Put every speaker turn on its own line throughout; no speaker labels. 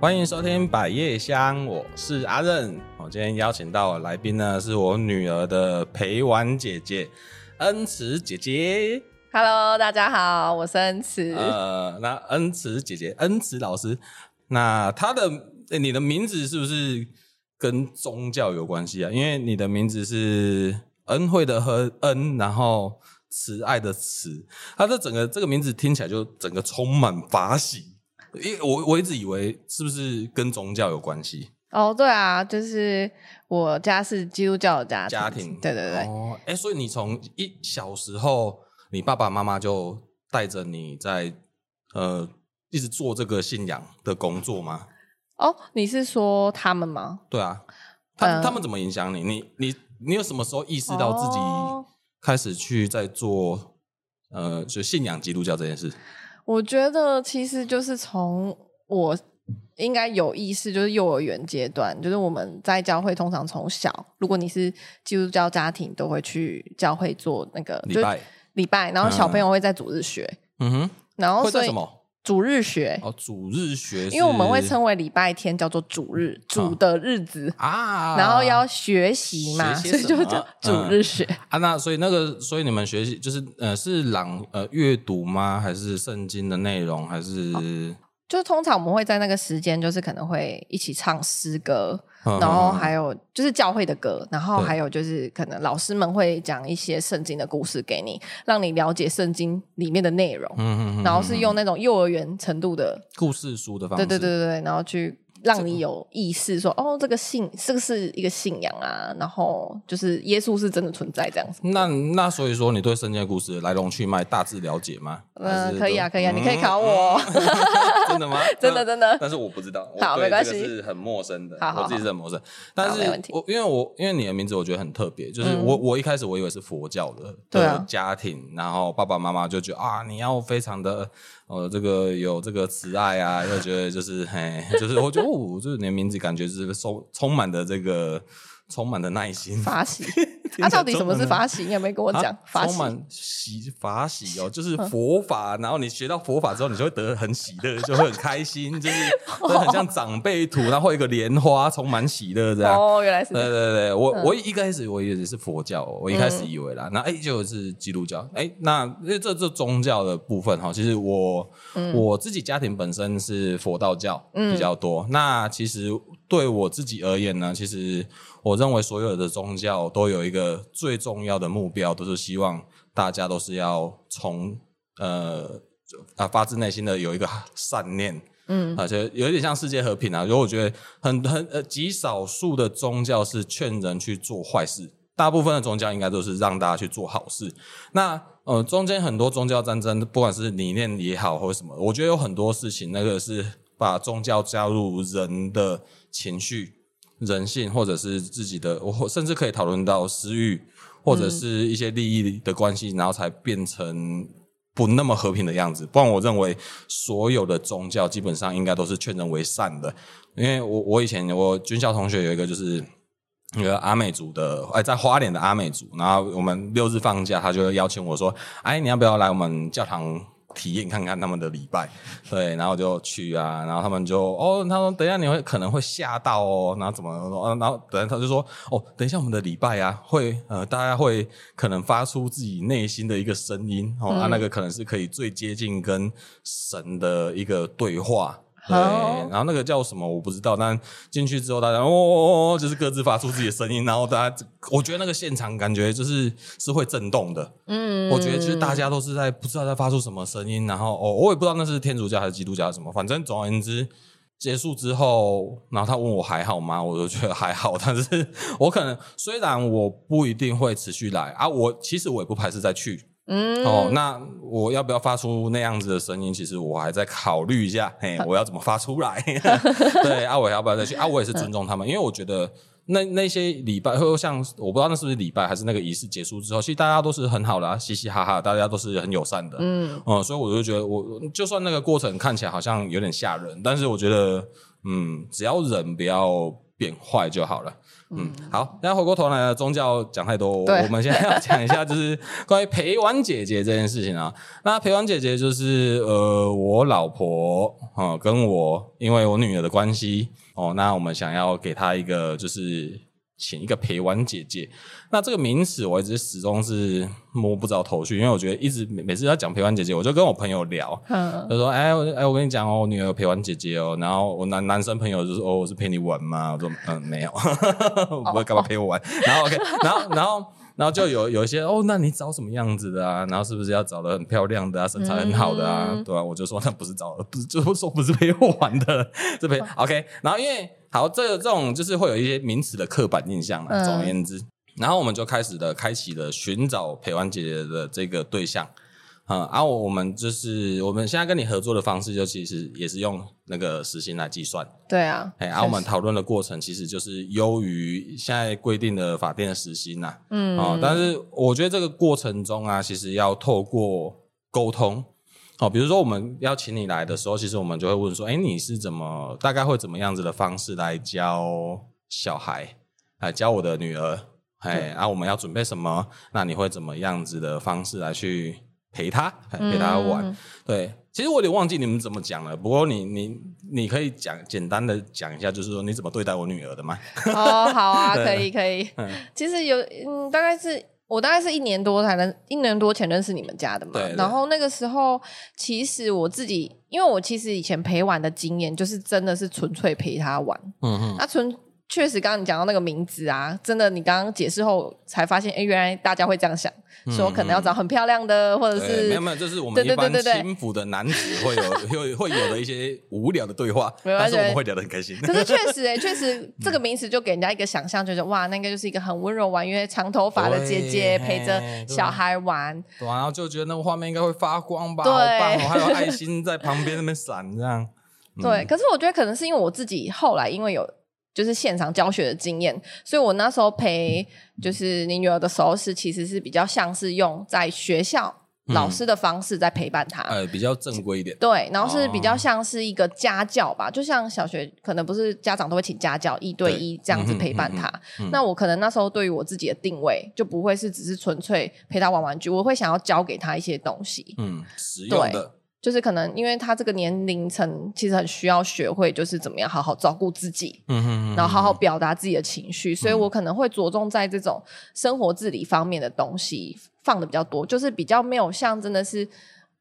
欢迎收听百叶香，我是阿任。我今天邀请到的来宾呢，是我女儿的陪玩姐姐恩慈姐姐。
Hello，大家好，我是恩慈。
呃，那恩慈姐姐，恩慈老师，那她的诶你的名字是不是跟宗教有关系啊？因为你的名字是恩惠的和恩，然后慈爱的慈，它这整个这个名字听起来就整个充满法喜。因为我我一直以为是不是跟宗教有关系？
哦对啊，就是我家是基督教的家庭，
家庭
对对对，
哦，哎、所以你从一小时候，你爸爸妈妈就带着你在呃一直做这个信仰的工作吗？
哦，你是说他们吗？
对啊，他、
呃
他们怎么影响你？你你你有什么时候意识到自己
哦
开始去在做、呃就信仰基督教这件事？
我觉得其实就是从我应该有意识，就是幼儿园阶段，就是我们在教会通常从小，如果你是基督教家庭，都会去教会做那个
礼拜
就礼拜，嗯然后小朋友会在主日学，
嗯
然
哼，
后
会
所
在
以
什么？
主日学，
哦，主日学是，
因为我们会称为礼拜天叫做主日，主的日子。
啊，
然后要学习嘛，
学
所
些
以
什么
就叫主日学。
啊，那所以那个，所以你们学习就是呃，是朗呃阅读吗？还是圣经的内容？还是、
哦
嗯
就通常我们会在那个时间，就是可能会一起唱诗歌，
嗯
然后还有就是教会的歌，然后
对
还有就是可能老师们会讲一些圣经的故事给你，让你了解圣经里面的内容，
嗯嗯嗯
然后是用那种幼儿园程度的，
故事书的方
对
式？
对对对对，然后去让你有意识说，哦，这个信这个是一个信仰啊，然后就是耶稣是真的存在这样子。
那那所以说，你对圣经的故事的来龙去脉大致了解吗？还
嗯，
是
可以啊，
都
可以啊，你可以
嗯
考我，？
真的吗
真的真的
但但是我不知道，我
好
对
没关
这
系
个是很陌生的，
好好
我自己是很陌生。但是
没问题嗯
我因为我因为你的名字我觉得很特别，就是我、我一开始我以为是佛教的
对啊
的家庭，然后爸爸妈妈就觉得啊，你要非常的呃这个有这个慈爱啊， 又觉得就是嘿，就是我觉得哦，就是你的名字感觉就是充充满的这个充满的耐 心。
法喜。
听
啊，
起来
到底什么是法喜？你有没有跟我
啊
讲？法
充
喜嗯
满喜法喜哦，就是佛法，然后你学到佛法之后，你就会得很喜乐，就会很开心， 就是就是很像长辈图，然后会有一个莲花，充满喜乐这样。
哦，原来是这
对啊
样。
对对，我我一开始我以为是佛教，我一开始以为啦，那哎就是基督教，哎那因为这这宗教的部分哈，其实我我自己家庭本身是佛道教比较多，那其实对我自己而言呢，其实我认为所有的宗教都有一个最重要的目标，都是希望大家都是要从呃啊发自内心的有一个善念，嗯，而且有一点像世界和平啊。因为我觉得很很呃极少数的宗教是劝人去做坏事，大部分的宗教应该都是让大家去做好事。那呃中间很多宗教战争，不管是理念也好或者什么，我觉得有很多事情那个是把宗教加入人的情绪。人性，或者是自己的，我或甚至可以讨论到私欲，或者是一些利益的关系，然后才变成不那么和平的样子。不然，我认为所有的宗教基本上应该都是劝人为善的。因为我我以前我军校同学有一个就是那个阿美族的，哎，在花莲的阿美族，然后我们六日放假，他就邀请我说：“哎，你要不要来我们教堂体验看看他们的礼拜？”对，然后我就去啊，然后他们就哦，他说等一下你会可能会吓到哦，然后怎么，呃然后等一下他就说哦，等一下我们的礼拜啊，会呃大家会可能发出自己内心的一个声音哦，啊那个可能是可以最接近跟神的一个对话。对，
好
然后那个叫什么我不知道，但进去之后大家哦哦哦，就是各自发出自己的声音，然后大家，我觉得那个现场感觉就是是会震动的，
嗯
我觉得就是大家都是在不知道在发出什么声音，然后哦，我也不知道那是天主教还是基督教还是什么，反正总而言之，结束之后，然后他问我还好吗，我就觉得还好，但是我可能虽然我不一定会持续来啊，我其实我也不排斥再去，
嗯
哦，那我要不要发出那样子的声音？其实我还在考虑一 下，嘿，我要怎么发出来？对啊，我要不要再 去啊？我也是尊重他们，因为我觉得那那些礼拜，或像我不知道那是不是礼拜，还是那个仪式结束之后，其实大家都是很好的、啊，嘻嘻哈哈，大家都是很友善的。
嗯，
嗯，所以我就觉得我，就算那个过程看起来好像有点吓人，但是我觉得，嗯，只要人不要变坏就好了。嗯，好，那回过头来了，宗教讲太多，我
对
我们现在要讲一下，就是关于陪玩姐姐这件事情啊。那陪玩姐姐就是呃，我老婆啊、呃跟我，因为我女儿的关系哦，那我们想要给她一个就是请一个陪玩姐姐。那这个名词我一直始终是摸不着头绪，因为我觉得一直每每次要讲陪玩姐姐，我就跟我朋友聊，
嗯，
就说：“哎，我哎，我跟你讲哦，我女儿有陪玩姐姐哦。”然后我男男生朋友就说：“哦，我是陪你玩嘛。”我说：“嗯，没有，
哦
我不会干嘛陪我玩。然后 OK，然后然后然后就有有一些哦，那你找什么样子的啊？然后是不是要找的很漂亮的啊，身材很好的啊？
嗯
对吧、我就说那不是找，不是就是说不是陪我玩的，是
哦
陪 OK。然后因为好，这个这种就是会有一些名词的刻板印象嘛。
嗯
总而言之，然后我们就开始了，开启了寻找陪玩姐姐的这个对象。嗯，然、啊、后我们就是我们现在跟你合作的方式，就其实也是用那个时薪来计算。
对啊，
哎，然、后我们
确实
讨论的过程其实就是优于现在规定的法定的时薪呐、
嗯，
哦，但是我觉得这个过程中啊，其实要透过沟通。哦，比如说我们邀请你来的时候，其实我们就会问说，哎，你是怎么大概会怎么样子的方式来教小孩，来教我的女儿？哎，啊，我们要准备什么？那你会怎么样子的方式来去陪她，哎陪她玩？
嗯
对，其实我有点忘记你们怎么讲了。不过你你你可以讲简单的讲一下，就是说你怎么对待我女儿的吗？
哦，好啊，
对
可以可以。其实有，嗯，大概是我大概是一年多才能一年多前认识你们家的嘛。
对对
然后那个时候，其实我自己，因为我其实以前陪玩的经验，就是真的是纯粹陪他玩。
嗯嗯，
那纯确实，刚刚你讲到那个名字啊，真的，你刚刚解释后才发现，哎，原来大家会这样想，说可能要找很漂亮的，或者
嗯对，没
是
有没有，这是我们
对
一
对
般
对对对
轻浮的男子会有 会会有的一些无聊的对话，
没有
但是我
而且
们会聊得很开心。
可是确实、欸，哎，确
嗯
实这个名词就给人家一个想象，就是哇，那个就是一个很温柔婉约、长头发的姐姐
对
陪着
嘿对
小孩玩。
对啊然后就觉得那个画面应该会发光吧，
对
好棒哦，还有爱心在旁边那边闪这样。嗯
对，，可是我觉得可能是因为我自己后来因为有就是现场教学的经验，所以我那时候陪就是你女儿的时候是其实是比较像是用在学校
嗯
老师的方式在陪伴她。
呃，比较正规一点。
对，然后是比较
哦
像是一个家教吧，就像小学可能不是家长都会请家教一对一这样子陪伴他。
嗯嗯
那我可能那时候对于我自己的定位就不会是只是纯粹陪他玩玩具，我会想要教给他一些东西。
嗯，实用的，
就是可能因为他这个年龄层其实很需要学会，就是怎么样好好照顾自己，
嗯哼
然后好好表达自己的情绪，所以我可能会着重在这种生活自理方面的东西放的比较多，就是比较没有像真的是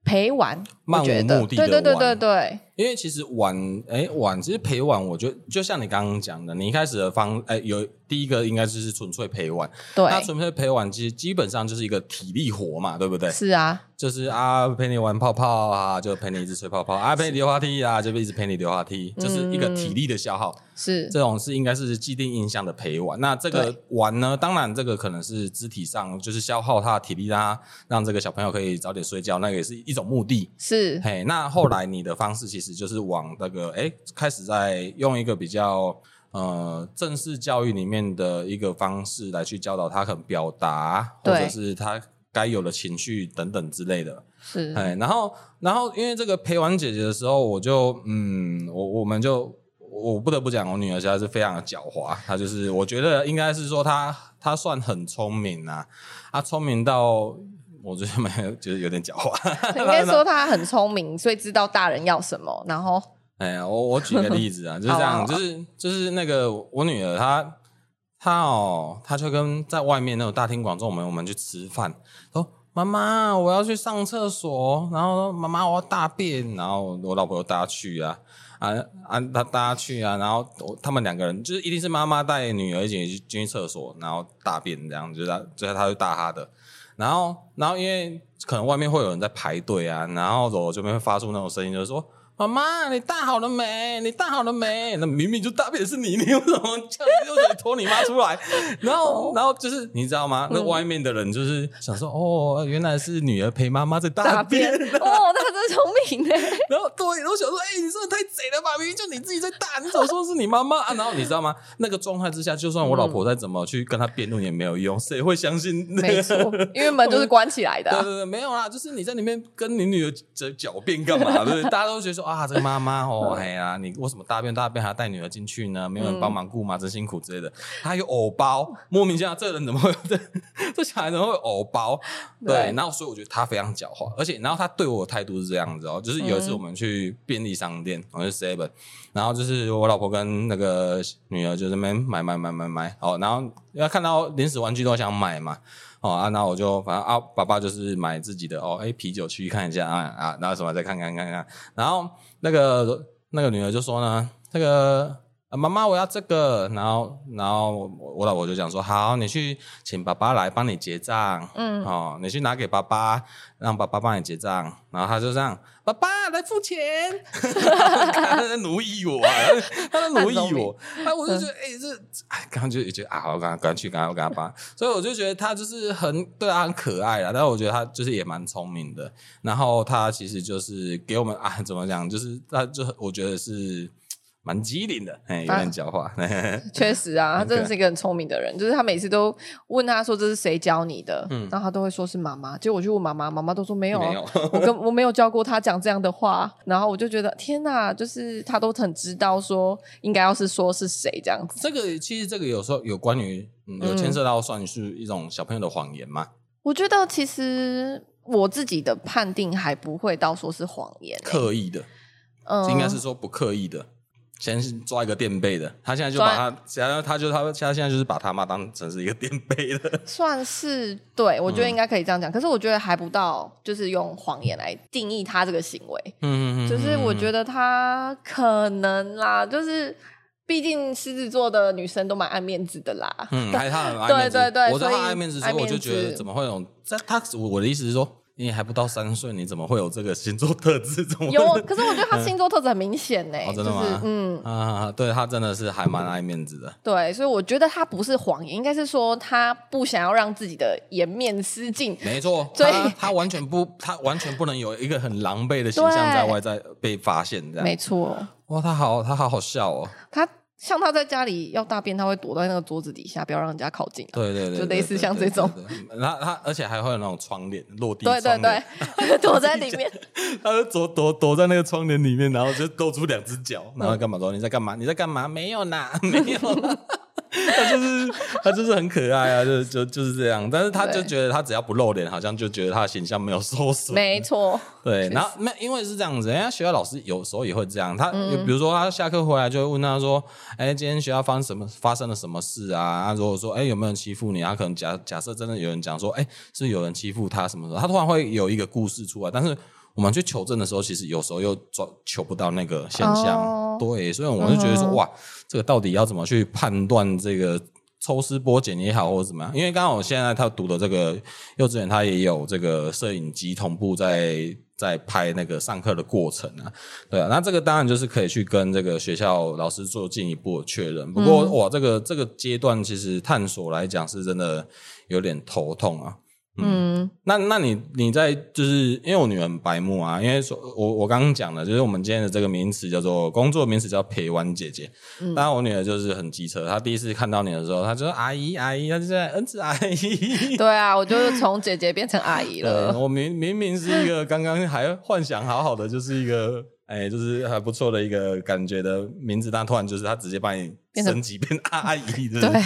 陪玩，
漫
我
无
觉得
目的
对
地
对对对
玩
对，
因为其实晚哎晚，其实陪玩，我觉得就像你刚刚讲的，你一开始的方哎有第一个应该就是纯粹陪玩，
对，
那纯粹陪玩其实基本上就是一个体力活嘛，对不对？
是啊，
就是啊陪你玩泡泡啊，就陪你一直吹泡泡啊，陪你溜滑梯啊，就一直陪你溜滑梯，就是一个
嗯
体力的消耗。
是
这种是应该是既定印象的陪玩。那这个
对
玩呢，当然这个可能是肢体上就是消耗他的体力，让他让这个小朋友可以早点睡觉，那个也是一种目的。
是，
嘿，那后来你的方式其实就是往那个哎，开始在用一个比较呃正式教育里面的一个方式来去教导他，很表达或
对
者是他该有的情绪等等之类的。
是
哎，然后然后因为这个陪玩姐姐的时候，我就嗯，我我们就我不得不讲，我女儿实在是非常的狡猾，她就是我觉得应该是说她她算很聪明啊，她聪明到。我觉得蛮觉得有点狡猾，
应该说他很聪明，所以知道大人要什么，然后
哎呀，我我举个例子啊，就是这
好啊
样，
好
就
啊
是就是那个我女儿她她哦，她就跟在外面那种大庭广众，我们我们去吃饭，说妈妈我要去上厕所，然后妈妈我要大便，然后我老婆就带她去啊。啊啊，她带她去啊，然后我他们两个人就是一定是妈妈带女儿一起去进去厕所，然后大便这样，就是她，就是她就大她的，然后，然后因为可能外面会有人在排队啊，然后我这边会发出那种声音，就是说：“妈妈，你大好了没？你大好了没？”那明明就大便是你，你为什么这样子又得拖你妈出来？然
哦
后，然后就是你知道吗？
嗯
那外面的人就是想说：“哦，原来是女儿陪妈妈在大
大
便啊。
便。哦，那个真聪明 欸呢，
然后对，然后想说，哎、你真的太贼了吧！明明就你自己在打，你怎么说是你妈妈、啊？然后你知道吗？那个状态之下，就算我老婆再怎么去跟她辩论也没有用，谁会相信、那个？
嗯 没错，因为门就是关起来的啊、
对对对，没有啦，就是你在里面跟你女儿狡狡辩干嘛？对不对？大家都觉得说， 啊，这个妈妈哦，哎呀，你为什么大便大便还要带女儿进去呢？没有人
嗯
帮忙顾嘛，真辛苦之类的。还有偶包，莫名其妙，这人怎么会有这 这小孩怎么会有偶包？对，
对
然后所以我觉得他非常狡猾，而且然后他对我的态度是这样子哦，就是有一次我们去便利商店，我们是 seven，然后就是我老婆跟那个女儿就在那边买买买买买，哦，然后要看到零食玩具都想买嘛，哦啊，那我就反正啊，爸爸就是买自己的哦，哎，啤酒去看一下啊啊，然后什么再看看看看，然后那个那个女儿就说呢，这个。啊妈妈，我要这个。然后，然后我我老婆就讲说，好，你去请爸爸来帮你结账。嗯，哦，你去拿给爸爸，让爸爸帮你结账。然后他就这样，爸爸来付钱。他在奴役我、啊，他在奴役我。哎，我就觉得，哎、这，哎，刚刚就觉得啊，我刚刚赶去，赶快跟他帮。所以我就觉得他就是很对啊他很可爱啦，但是我觉得他就是也蛮聪明的。然后他其实就是给我们啊，怎么讲，就是他就我觉得是。蛮机灵的，哎，有点狡猾。
确实啊，他
很可
真的是一个很聪明的人，就是他每次都问他说这是谁教你的，
嗯
然后他都会说是妈妈。结果我去问妈妈，妈妈都说没有啊，
没有
我跟我没有教过他讲这样的话。然后我就觉得天哪，就是他都很知道说应该要是说是谁这样子。
这个其实这个有时候有关于、嗯、有牵涉到算是一种小朋友的谎言嘛，
我觉得其实我自己的判定还不会到说是谎言、欸，
刻意的，
嗯
应该是说不刻意的。先是抓一个垫背的，他现在就把他，然后他就他他现在就是把他妈当成是一个垫背的，
算是对，我觉
嗯
得应该可以这样讲。可是我觉得还不到，就是用谎言来定义他这个行为。
嗯
就是我觉得她可能啦，就是毕竟狮子座的女生都蛮爱面子的啦。
嗯，还他很爱面子，
对对对
我知道
所
他
以
爱面子，所
爱
以我就
面子
觉得怎么会有在他我我的意思是说，你还不到三岁，你怎么会有这个星座特质？怎么会
有，可是我觉得她星座特质很明显呢、
嗯哦真
就
的吗
是嗯，
啊？对他真的是还蛮爱面子的，
对，所以我觉得她不是谎言，应该是说她不想要让自己的颜面失尽。
没错，
所以
他他完全不，他完全不能有一个很狼狈的形象在外在被发现这
没
样。
错，
哇，他好，他好好笑哦。
她像她在家里要大便，她会躲在那个桌子底下，不要让人家靠近、啊。
对对对，
就类似
对对
像
对
这种
对对对然后他而且还会有那种窗帘落地
对对
窗帘，
对， 躲在里面。
他就躲躲躲在那个窗帘里面，然后就露出两只脚，
嗯
然后干嘛说你在干嘛？你在干嘛？没有啦，没有啦。他就是他就是很可爱啊，就就就是这样。但是他就
对
觉得他只要不露脸，好像就觉得他的形象没有受损。
没错，
对，
确
然后没因为是这样子，人家学校老师有时候也会这样，他、
嗯
比如说他下课回来就会问他说：“哎，今天学校发生什么发生了什么事啊？”他如果说：“哎，有没有人欺负你？”他可能假假设真的有人讲说：“哎，是不是有人欺负他什么什么。”他突然会有一个故事出来，但是我们去求证的时候，其实有时候又抓求不到那个现象。
哦嗯
对，所以我就觉得说，哇，这个到底要怎么去判断这个抽丝剥茧也好，或者怎么样？因为刚好我现在他读的这个幼稚园，他也有这个摄影机同步在在拍那个上课的过程啊，对啊。那这个当然就是可以去跟这个学校老师做进一步的确认。不过、哇，这个这个阶段其实探索来讲是真的有点头痛啊。
嗯，
那那你你在就是因为我女儿很白目啊，因为说我我刚刚讲了，就是我们今天的这个名词叫做工作名词叫陪玩姐姐。
嗯
当然我女儿就是很机车，她第一次看到你的时候，她就说阿姨阿姨，她就在恩子阿 姨。
对啊，我就是从姐姐变成阿姨
对，
了。
嗯我明明明是一个刚刚还幻想好好的，就是一个哎，就是还不错的一个感觉的名字，但突然就是她直接把你
变成
升级变 阿姨，对
对，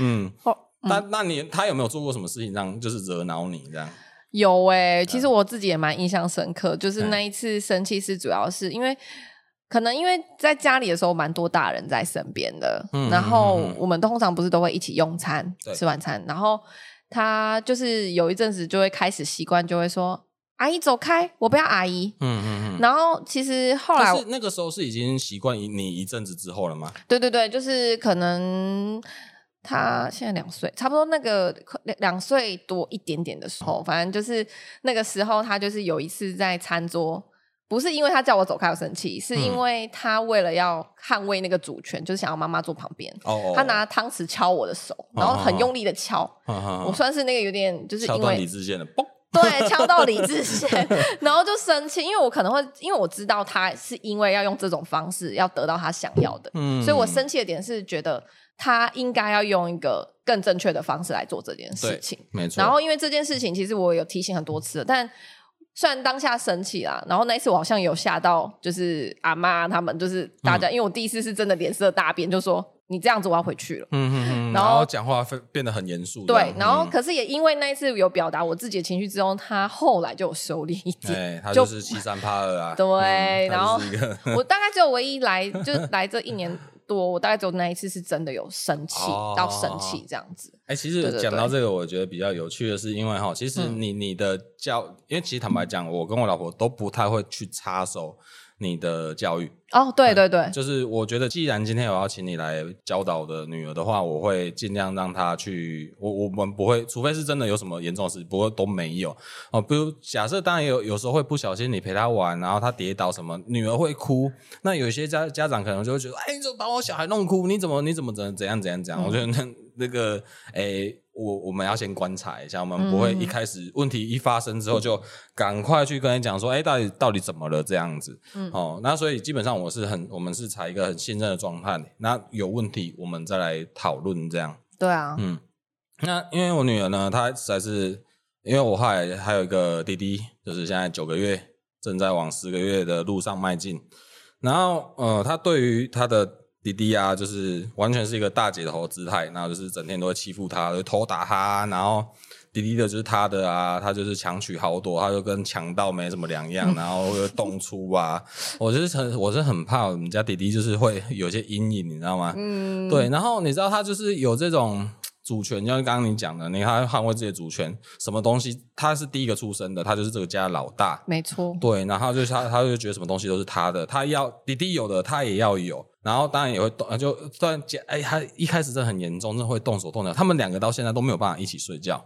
嗯
哦。
那那你她有没有做过什么事情让就是惹恼你这样？
有诶、其
嗯
实我自己也蛮印象深刻，就是那一次生气是主要是因为，可能因为在家里的时候蛮多大人在身边的，
嗯
然后
嗯嗯嗯
我们通常不是都会一起用餐
对
吃晚餐，然后他就是有一阵子就会开始习惯，就会说阿姨走开，我不要阿姨。
嗯嗯嗯。
然后其实后来
但是那个时候是已经习惯你一阵子之后了吗？
对对对，就是可能他现在两岁，差不多那个两两岁多一点点的时候，反正就是那个时候，他就是有一次在餐桌。不是因为他叫我走开我生气，是因
嗯
为他为了要捍卫那个主权，就是想要妈妈坐旁边，
哦，
他拿汤匙敲我的手，然后很用力的敲，我
我
算是那个有点就
哦
是
敲
因
断
为
理智线了，嘣，
对，敲到理 智线，然后就生气，因为我可能会，因为我知道他是因为要用这种方式要得到他想要的，
嗯
所以我生气的点是觉得他应该要用一个更正确的方式来做这件事情。
没错。
然后因为这件事情，其实我有提醒很多次了，但虽然当下生气啦，然后那一次我好像有吓到，就是阿妈他们，就是大
嗯
家，因为我第一次是真的脸色大变，就说你这样子我要回去了。
嗯嗯嗯，
然
然
后
后讲话变变得很严肃这样，
对，然后
嗯
可是也因为那一次有表达我自己的情绪之后，他后来就有收敛一点。
哎，他
就
就是欺三怕二 啊，
对
嗯
然后
他就是一个
我大概只有唯一来，就是来这一年多，我大概只有那一次是真的有生气
哦
到生气这样子。
哎，其
对嗯
实
对
讲
对
到这个，我觉得比较有趣的是，因为哈，其实你你的教，因为其实坦白讲，我跟我老婆都不太会去插手你的教育，
哦，对对对，
就是我觉得，既然今天有要请你来教导我的女儿的话，我会尽量让她去，我我们不会，除非是真的有什么严重的事，不过都没有哦。比如假设，当然有有时候会不小心你陪她玩，然后她跌倒什么，女儿会哭。那有些家家长可能就会觉得，哎，你怎么把我小孩弄哭？你怎么你怎么怎怎样怎样怎样？我觉得那那个，哎。我我们要先观察一下，我们不会一开始问题一发生之后就赶快去跟你讲说，哎、到底到底怎么了这样子？哦，那所以基本上我是很，我们是采一个很信任的状态，那有问题我们再来讨论这样。
对啊，
嗯，那因为我女儿呢，她实在是，因为我后来还有一个弟弟，就是现在九个月，正在往十个月的路上迈进。然后，呃，她对于她的弟弟啊，就是完全是一个大姐头姿态，然后就是整天都会欺负他，就偷打他，然后弟弟的就是他的啊，他就是强取豪夺，他就跟强盗没什么两样，然后又动粗啊。我就是很，我是很怕我们家弟弟就是会有一些阴影，你知道吗？
嗯，
对，然后你知道他就是有这种主权，就像刚刚你讲的，你看他捍卫自己的主权，什么东西他是第一个出生的，他就是这个家的老大。
没错，
对，然后就是他，他就觉得什么东西都是他的，他要弟弟有的，他也要有，然后当然也会动，就突然间，哎，他一开始真的很严重，真的会动手动脚，他们两个到现在都没有办法一起睡觉。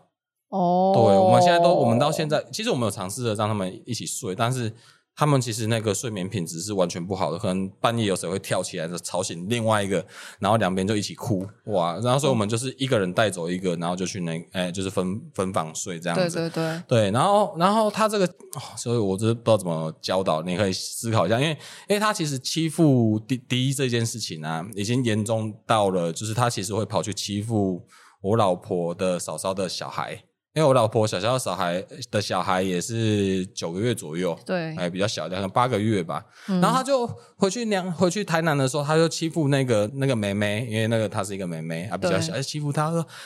哦，
对，我们现在都，我们到现在，其实我们有尝试着让他们一起睡，但是他们其实那个睡眠品质是完全不好的，可能半夜有谁会跳起来吵醒另外一个，然后两边就一起哭，哇！然后所以我们就是一个人带走一个，然后就去那，哎、就是分分房睡这样
对
子。
对对，
对，然后然后他这个，哦所以我就是不知道怎么教导，你可以思考一下，因为因为他其实欺负第第一这件事情啊，已经严重到了，就是他其实会跑去欺负我老婆的嫂嫂的小孩，因为我老婆小小的小孩呃的小孩也是九个月左右，
对
哎，比较小，可能八个月吧。然后他就回去娘回去台南的时候，他就欺负那个那个妹妹，因为那个她是一个妹妹啊，比较
对
小，哎欺负她，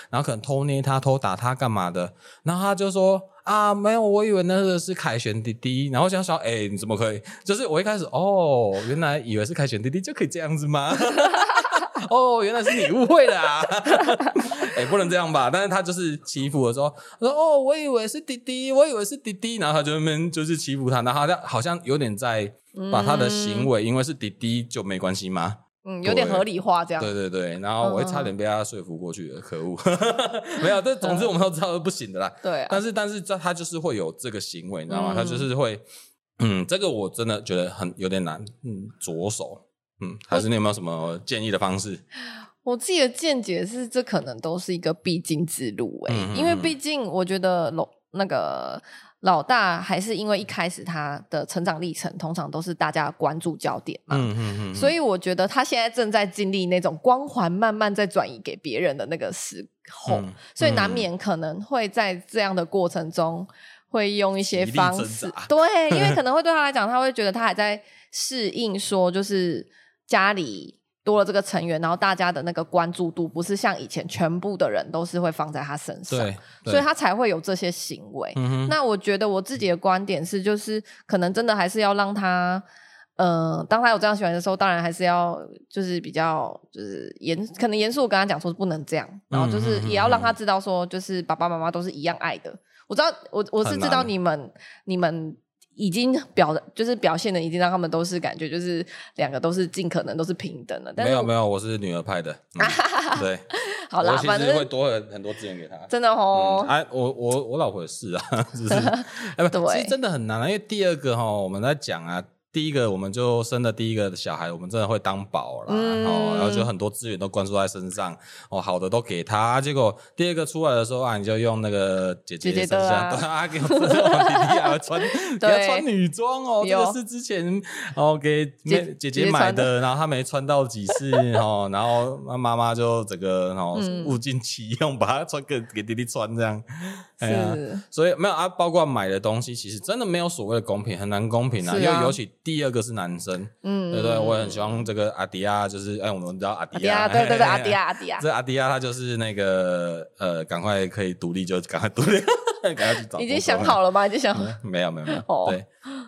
然后可能偷捏她、偷打她干嘛的。然后他就说啊，没有，我以为那个是凯旋弟弟。然后我想想，哎、你怎么可以？就是我一开始哦，原来以为是凯旋弟弟就可以这样子吗？ 哦，原来是你误会了啊！ 哎、不能这样吧？但是他就是欺负我说，他说哦，我以为是弟弟，我以为是弟弟，然后他就在那边就是欺负他，然后他好像有点在把他的行为，因为是弟弟就没关系吗？
嗯，有点
对
合理化这样。
对对对，然
嗯
后我会差点被他说服过去的，可恶！ 没有，但总之我们都知道是不行的啦。
对啊，
但是但是这他就是会有这个行为，你知道吗？
嗯
他就是会，嗯，这个我真的觉得很有点难，嗯，着手。嗯，还是你有没有什么建议的方式？
我自己的见解是，这可能都是一个必经之路哎、
嗯嗯
因为
嗯
毕竟我觉得老那个老大还是因为一开始他的成长历程，通常都是大家关注焦点嘛。
嗯嗯嗯
所
以
以我觉得他现在正在经历那种光环慢慢在转移给别人的那个时候，
嗯
所以难免可能会在这样的过程中会用一些
极力
方
挣
式
扎，
对，因 为可能会对他来讲，他会觉得他还在适应，说就是家里。多了这个成员，然后大家的那个关注度不是像以前全部的人都是会放在他身上，
对，对
所以他才会有这些行为。
嗯哼
那我觉得我自己的观点是，就是可能真的还是要让他，呃，当他有这样行为的时候，当然还是要就是比较就是严，可能严肃地跟他讲说不能这样，然后就是
嗯嗯嗯
也要让他知道说，就是爸爸妈妈都是一样爱的。我知道，我我是
很
知
难欸
道你们你们。已经表就是表现的，已经让他们都是感觉就是两个都是尽可能都是平等的。但
没
是
有没有，我是女儿派的，嗯 对，
好啦，
我其
反
实会
正
多很很多资源给她。
真的哦
嗯，，哎、我我 我老婆也是啊，就是，哎不，
对
其实真的很难啊，因为第二个哈，我们在讲啊，第一个，我们就生的第一个小孩，我们真的会当宝啦，
嗯
哦，然后就很多资源都灌输在身上，哦，好的都给他。结果第二个出来的时候啊，你就用那个姐
姐姐
身
的
上，
啊
对啊，给我弟弟啊 穿，给他
对
穿女装哦，这
有
个是之前哦给
姐
妹姐
姐
姐
姐
买
穿的
的，然后她没穿到几 次哦，然后妈妈就整个哦
嗯
物尽其用，把它穿给给弟弟穿这样，哎呀。
是
所以没有啊，包括买的东西，其实真的没有所谓的公平，很难公平啊。
是啊
因为尤其第二个是男生，
嗯，
对不对？我也很喜欢这个阿迪亚，就是哎，我们知道阿
阿
迪
迪啊
亚，
亚，对对对，
嘿
阿迪亚，。阿迪啊亚
嘿， 这阿迪啊亚他就是那个呃，赶快可以独立就赶快独立， 赶快去找。
已经想好了吗？已经想好，
嗯没有没有没有，
哦
对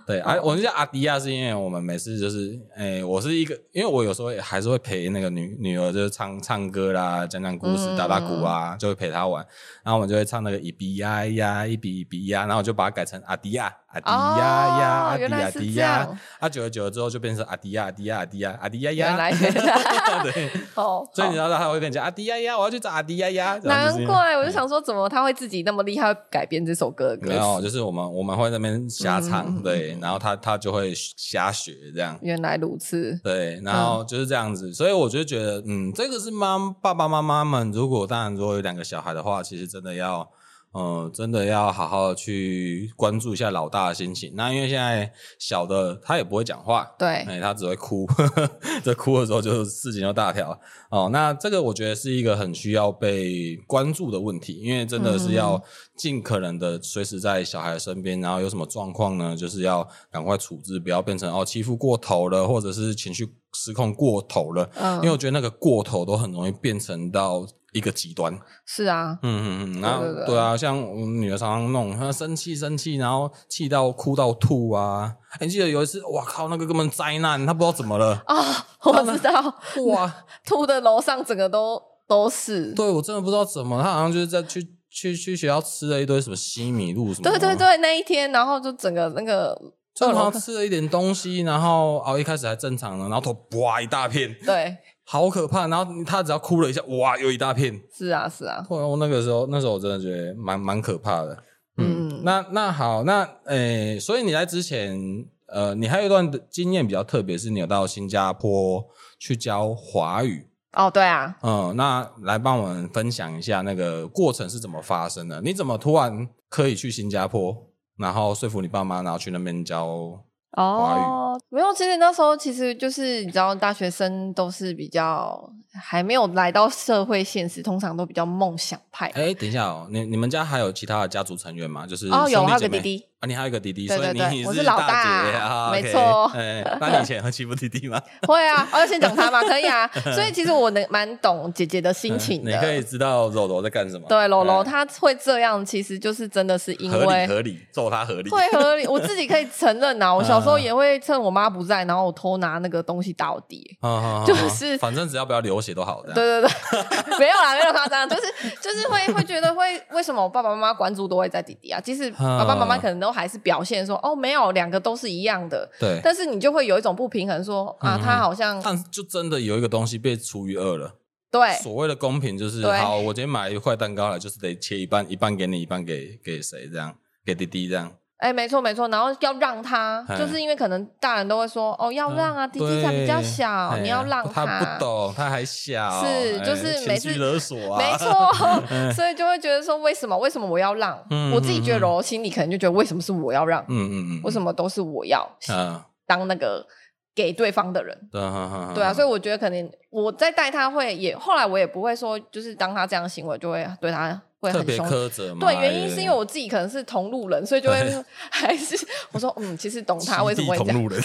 对，而、我们叫阿迪亚是因为我们每次就是，哎、我是一个，因为我有时候也还是会陪那个女女儿，就是唱唱歌啦，讲讲故事，
嗯
打打鼓啊，就会陪她玩，然后我们就会唱那个一比呀呀，一比一比呀，然后我就把它改成阿迪亚，阿迪亚呀，
哦
阿迪
原来
亚
是
迪
这
亚
样，
啊，久了久了之后就变成阿迪亚，阿迪亚，阿迪亚，阿迪亚
原来
呀，
原来
对，
哦，
所以你
好
知道他还会跟你讲阿迪亚呀，我要去找阿迪亚呀，这样就是哎
难怪我就想说，怎么他会自己那么厉害，会改编这首歌的歌
没有，
词？
就是我们我们会在那边瞎唱，
嗯嗯嗯
对，然后他他就会瞎学这样，
原来如此，
对，然
嗯
后就是这样子，所以我就觉得，嗯，这个是妈爸爸妈妈们，如果当然如果有两个小孩的话，其实真的要，呃，真的要好好去关注一下老大的心情。那因为现在小的他也不会讲话，
对，
哎、他只会哭， 这哭的时候就事情就大条哦。那这个我觉得是一个很需要被关注的问题，因为真的是要尽可能的随时在小孩身边，然后有什么状况呢，就是要赶快处置，不要变成哦欺负过头了，或者是情绪失控过头了。因为
嗯，
我觉得那个过头都很容易变成到一个极端，
是啊，
嗯嗯嗯，然后
对对对
对啊，像我女儿常常弄，她生气生气，然后气到哭到吐啊。哎你记得有一次，哇靠，那个根本灾难，她不知道怎么 了，
啊，我知道，
哇，
吐的楼上整个都都是，
对我真的不知道怎么，她好像就是在去去去学校吃了一堆什么西米露什么，
对对，对，那一天，然后就整个那个
就
二
好
楼
像，吃了一点东西，然后哦一开始还正常的，然后头哇一大片，
对，
好可怕，然后她只要哭了一下，哇又一大片，
是啊是啊，
后来我那个时候，那时候我真的觉得蛮蛮可怕的。嗯，
嗯
那那好，那诶、所以你来之前，呃，你还有一段的经验比较特别，是你有到新加坡去教华语。
哦对啊，
嗯，那来帮我们分享一下那个过程是怎么发生的？你怎么突然可以去新加坡，然后说服你爸妈，然后去那边教？
哦，没有，其实那时候其实就是你知道，大学生都是比较还没有来到社会现实，通常都比较梦想派。
哎、等一下哦，你你们家还有其他的家族成员吗？就是
哦有
兄弟
还有
姐
个
妹
弟弟
啊，你还有一个弟弟，
对对
所以
对
你
我
你
是老
大姐
大
啊，
没
OK
错
哎、那你以前会欺负弟弟吗？
会啊，哦要先讲他嘛，可 以啊。所以其实我能蛮懂姐姐的心情
呃嗯你
的。
可以知道柔柔在干什么。
对柔柔
哎
她会这样，其实就是真的是因
合理
为
合理揍他合理。啊嗯
会合理，我自己可以承认呐、我小时候也会趁我妈不在，然后我偷拿那个东西打我弟。
啊，
就
啊啊
是
反正只要不要流血都好的。
对对对， 没有啦，没有夸张，就是就是会会觉得会为什么我爸爸妈妈关注都会在弟弟啊？即使
嗯
爸爸妈妈可能都还是表现说哦没有，两个都是一样的，
对，
但是你就会有一种不平衡说啊
嗯
他好像
但是就真的有一个东西被除以二了。
对
所谓的公平就是，
对
好，我今天买一块蛋糕来，就是得切一半，一半给你，一半给给谁这样，给弟弟这样。
哎没错没错，然后要让他
哎，
就是因为可能大人都会说哦要让啊，弟弟才比较小，
嗯对哎
你要让
他不懂，他还小，
是
哎
就是每次
情绪勒索啊，
没错， 所以就会觉得说，为什么为什么我要让？
嗯
我自己觉得柔柔心里可能就觉得，为什么是我要让？
嗯，嗯嗯嗯，
为什么都是我要
啊？
当那个给对方的人？
对啊
对啊，所以
以
我觉得可能我在带他会也，后来我也不会说，就是当他这样行为，就会对他会
特
很
别
凶。
苛责嘛。
对，原因
哎
是因为我自己可能是同路人，所以就
对
会 还是我说嗯，其实懂他为什么会
同
这样。
路 人，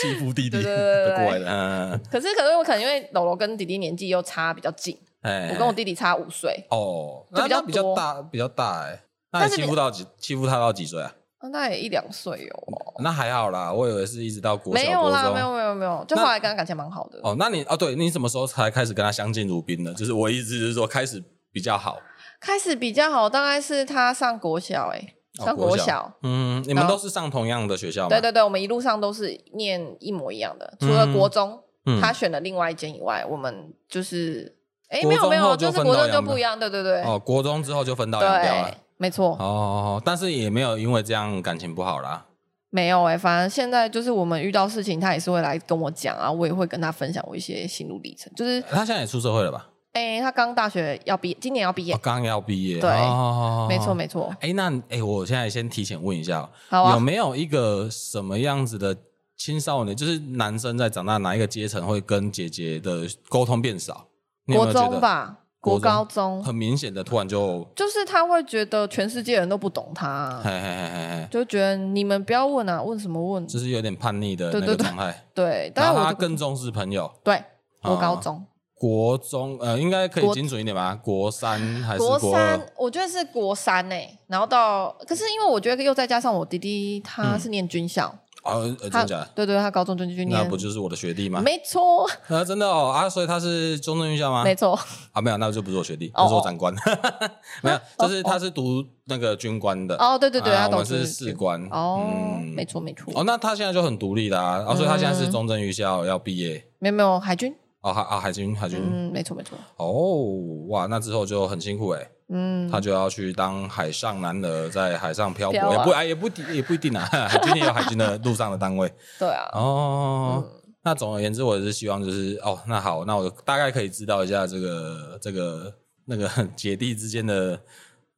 欺负弟弟
对对对
的
对
过来的，嗯
可是可能我可能因为柔柔跟弟弟年纪又差比较近，
哎，
我跟我弟弟差五岁，
哦，那
就比较
那比较
多
大，比较大哎。那
但
你
是
欺
比
负到几？欺负他到几岁啊？
啊那也一两岁哦。
那还好啦，我以为是一直到国小
没有啦，没。
国中
有没有没有，就
那
后来跟他感情蛮好的。
哦，那你哦，对你什么时候才开始跟他相敬如宾的？就是我一直就是说开始比较好。
开始比较好，大概是他上国小、欸，
哦
上
国
国
小
小。
嗯，你们
然后
都是上同样的学校吗？
对对对，我们一路上都是念一模一样的，除了
嗯
国中，
嗯
他选了另外一间以外，我们就是，哎、
国
没有没
中后
有，
就是分
国
道
中就
扬
不
镳
一样，对对对，
哦，国中之后就分道扬镳了哦
对。，没错，
哦，但是也没有因为这样感情不好啦。
没有哎、反正现在就是我们遇到事情，他也是会来跟我讲啊，我也会跟他分享我一些心路历程。就是
他现在也出社会了吧？
哎、他刚大学要毕业，今年要毕业，
哦，刚要毕业，
对
哦
没错。没错。
哎，那哎，我现在先提前问一下哦，
好啊
有没有一个什么样子的青少年，就是男生在长大哪一个阶层会跟姐姐的沟通变少？你有没有
国
觉
中
得
吧，国
国中
高中，
很明显的，突然就，
就是他会觉得全世界人都不懂他啊、
嘿嘿嘿嘿嘿，
就觉得你们不要问啊，问什么问？
就是有点叛逆的
对
那个
对对
状 态。
对，但
然
是
后
我
他
就
更重视朋友，
对国
啊
高中、
国中呃，应该可以
国
精准一点吧？国三还是
国
二？
三，我觉得是国三呢、然后到，可是因为我觉得又再加上我弟弟他是念军校，
啊，呃嗯真
他
的假的？
对对，他高中就去
那
念
不，就是我的学弟吗？
没错、
啊，真的哦啊，所以他是中正院校吗？
没错，
啊，没有，那就不是我学弟，
哦
那是我长官。 没有，就是他是读那个军官的。
哦对对对，
啊
他
我
懂
们是士官。
哦，
嗯
没错没错，
哦，那他现在就很独立啦，啊，所以他现在
嗯
是中正预校要毕业。
没有没有海军，
哦，海啊，海军，海军。
嗯，没错没错，
哦，哇，那之后就很辛苦哎、
嗯，
他就要去当海上男儿，在海上漂
漂
泊，
啊
也不哎也不也不一定啊， 海军也有海军的陆上的单位
对啊，
哦。
嗯
那总而言之，我也是希望就是哦，那好，那我大概可以知道一下这个这个那个 姐弟之间的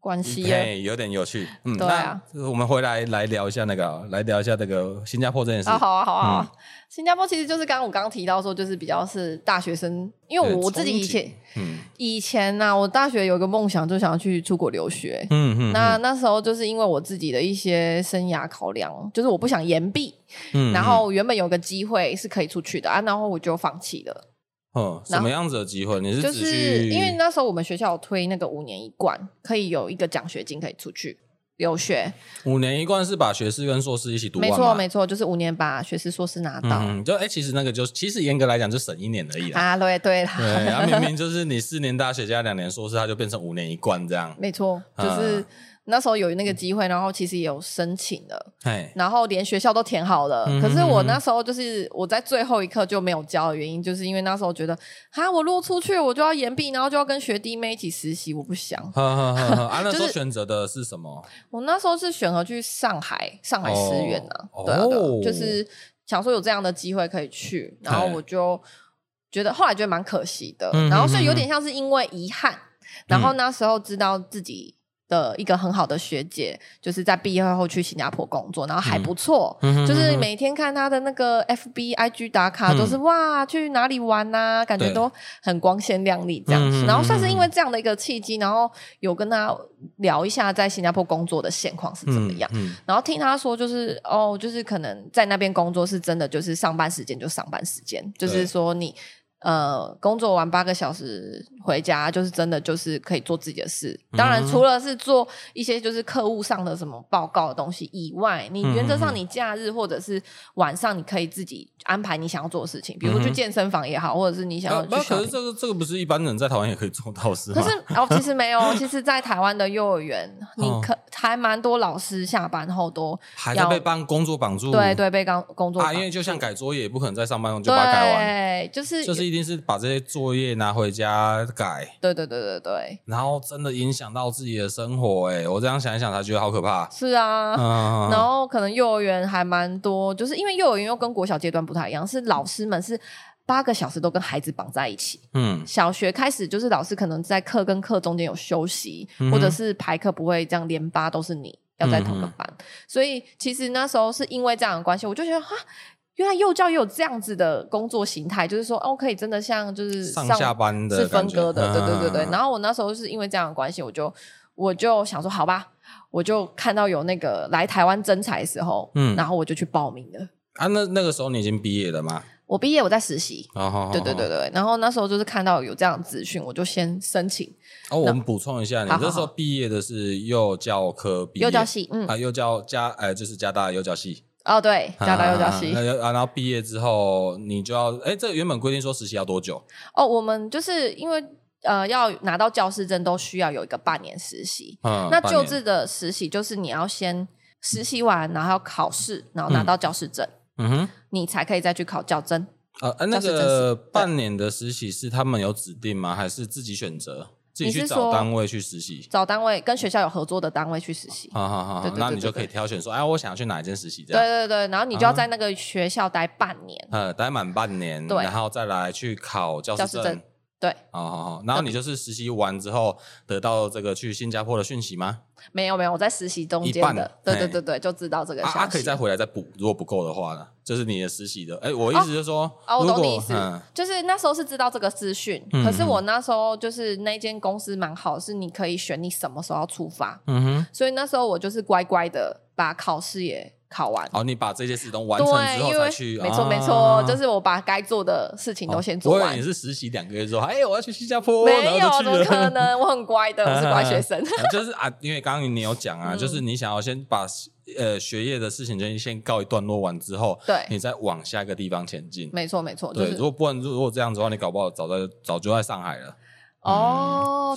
关系啊耶，
嘿，有点有趣。嗯，
对啊
那我们回来来聊一下那个啊，来聊一下这个新加坡这件事。
啊，好啊，好啊，
嗯
好啊新加坡其实就是刚刚我刚刚提到说，就是比较是大学生，因为
对
我我自己
憧憬
以前
嗯
以前呢、我大学有一个梦想，就想要去出国留学。
嗯嗯，
那那时候就是因为我自己的一些生涯考量，就是我不想延毕，
嗯
然后原本有个机会是可以出去的啊，然后我就放弃了，
嗯，什么样子的机会？你是
就
只
是
去
因为那时候我们学校有推那个五年一贯，可以有一个奖学金可以出去留学，
五年一贯是把学士跟硕士一起读完
没
嘛？
错没错，就是五年把学士硕士拿到、
嗯，就哎、欸其实那个就其实严格来讲就省一年而已啦。
啊，对 对啦，
对，然后明明就是你四年大学加两年硕士，它就变成五年一贯这样。
没错，就是
啊
那时候有那个机会，然后其实也有申请了，
哎，
然后连学校都填好了。
嗯
可是我那时候就是我在最后一刻就没有交的原因，就是因为那时候觉得啊，我如果出去我就要延毕，然后就要跟学弟妹一起实习，我不想。
呵呵呵呵啊，那时
就
候
是
选择的是什么？
我那时候是选择去上海，上海师院呐、
哦
对啊，对啊
哦
就是想说有这样的机会可以去，然后
哎
我就觉得后来觉得蛮可惜的，
嗯
然后所
嗯
以
嗯
有点像是因为遗憾，然后那时候知道自己。的一个很好的学姐，就是在毕业后去新加坡工作，然后还不错，
嗯嗯嗯
就是每天看她的那个 FB、IG 打卡，
嗯
都是哇去哪里玩呐、感觉
对
都很光鲜亮丽这样
嗯嗯
子。
嗯
然后算是因为这样的一个契机，然后有跟她聊一下在新加坡工作的现况是怎么样。
嗯
然后听他说，就是哦，就是可能在那边工作是真的，就是上班时间就上班时间，就是说你呃工作完八个小时回家，就是真的就是可以做自己的事。当然，
嗯
除了是做一些就是客户上的什么报告的东西以外，你
嗯
原则上
嗯嗯
你假日或者是晚上你可以自己安排你想要做的事情，比如说去
嗯哼
健身房也好，或者是你想
啊
要去
不，可是
shopping。
这个这个不是一般人在台湾也可以做到是吗？
可是哦，其实没有，其实，在台湾的幼儿园，你
哦
可、还蛮多老师下班后都
还在被帮工作绑住，
对对，被刚工作
啊，
坊
因为就像改作业，也不可能在上班就把它改完，
对，就是
就是一定是把这些作业拿回家改，
对对对对对，
然后真的影响到自己的生活。哎，我这样想一想才觉得好可 怕。
是啊。
嗯，
然后可能幼儿园还蛮多，就是因为幼儿园又跟国小阶段不太一样，是老师们是八个小时都跟孩子绑在一起。
嗯
小学开始就是老师可能在课跟课中间有休息，
嗯哼嗯
或者是排课不会这样连八都是你要在同个班，所以其实那时候是因为这样的关系，我就觉得哈。原来幼教也有这样子的工作形态，就是说，哦，可以真的像就是
上下班的
是分
感觉
割的，对对对对。
嗯
然后我那时候是因为这样的关系，我就我就想说，好吧，我就看到有那个来台湾征才的时候，
嗯
然后我就去报名了。
啊，那那个时候你已经毕业了吗？
我毕业我在实习，
哦，
对对对对。然后那时候就是看到有这样的资讯，我就先申请
哦，我们补充一下，你
好好
那时候
好
毕业的是幼教科毕业，
幼教系，嗯，
啊，幼教加呃，就是加大幼教系，
哦对，加大幼教
啊
系
那。就啊，然后毕业之后你就要，哎，这个原本规定说实习要多久？
哦，我们就是因为呃要拿到教师证，都需要有一个半年实习。
嗯，
那
半
就
年
职的实习就是你要先实习完，然后要考试，然后拿到教师证，
嗯哼，
你才可以再去考教甄。
呃，啊那
教师证
个
是对
半年的实习是他们有指定吗？还是自己选择？自己
你
去
是
找
说
单位去实习。
找单位跟学校有合作的单位去实习。
好好好
对
好，
对
那
对
你
对
就可以
对
挑选说，哎，我想要去哪一间实啊习这
对
样。啊
对对，然后你就要在那个学校待半年。
呃，待满半年，
对
然后再来去考教师
教师证
证。哦
对，
好好好，然后你就是实习完之后得到这个去新加坡的讯息吗？
没有没有，我在实习中
一
间
半
的，对对
嘿
对对，就知道这个
啊
消息。
啊，可以再回来再补，如果不够的话呢，就是你的实习的。哎，我意思就是说，
哦，我
如
懂
果
你意思，
嗯
就是那时候是知道这个资讯，
嗯
可是我那时候就是那间公司蛮好，是你可以选你什么时候要出发，
嗯哼，
所以那时候我就是乖乖的把考试也考完。
好，你把这些事都哦完成之
对，
后
因为
再去，
没错
啊
没错，就是我把该做的事情都先做
我以为
完
哦你。是实习两个月之后，哎，我要去新加坡，然
没有，
后
怎
就去
么
了
可能？我很乖的，我是乖学生。
啊就是啊，因为刚刚你有讲
嗯
啊，就是你想要先把呃学业的事情先先告一段落完之后，
对
你再往下一个地方前进。
没错没错，就
对，
是
如果不然，如果这样子的话，你搞不好早在早就在上海了，
哦，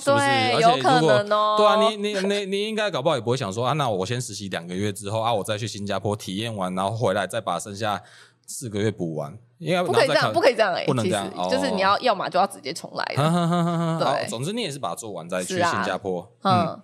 嗯是不是？
对，
而
有
且
可
如果
能哦。
对啊，你你你你应该搞不好也不会想说啊，那我先实习两个月之后啊，我再去新加坡体验完，然后回来再把剩下四个月补完，应该
不可以这样，不可
以。
以这样哎，
不能
其
这
实
样哦
就是你要要么就要直接重来
哈
了，
哈哈哈哈！
对
哦总之你也是把它做完再去
是啊
新加坡。嗯，
嗯。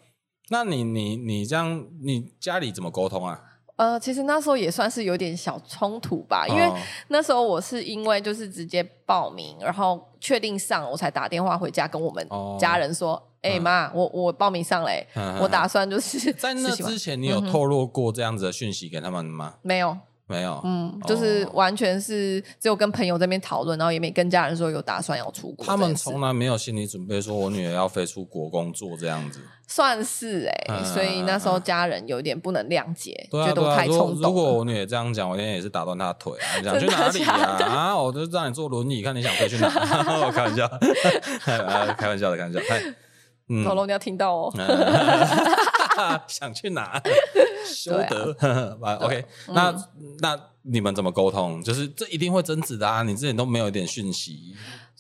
那你你你这样，你家里怎么沟通啊？
呃，其实那时候也算是有点小冲突啊吧，因为
哦
那时候我是因为就是直接报名，然后确定上，我才打电话回家跟我们
哦
家人说：“哎、
嗯
妈、我我报名上嘞、
嗯嗯
我打算就是
在那
实习完
之前，你
嗯
有透露过这样子的讯息给他们吗？
没有，
没有。
嗯，就是
哦
完全是只有跟朋友这边讨论，然后也没跟家人说有打算要出国这件事。
他们从来没有心理准备，说我女儿要飞出国工作这样子。
算是哎、
嗯嗯嗯
所以那时候家人有点不能谅解，
对啊，
觉得
对
我
啊。
太
如果
冲
如果
动了。
我女儿这样讲，我今天也是打断她的腿啊！你想去
真的
哪里
假
啊？啊，我就让你坐轮椅，看你想飞去哪。 我开玩笑，啊开玩笑的，开玩笑。嗨嗯
头龙，你要听到哦，
呃 想去 哪？
啊
修德 啊，OK，那
嗯
那你们怎么沟通？就是这一定会争执的啊！你之前都没有一点讯息，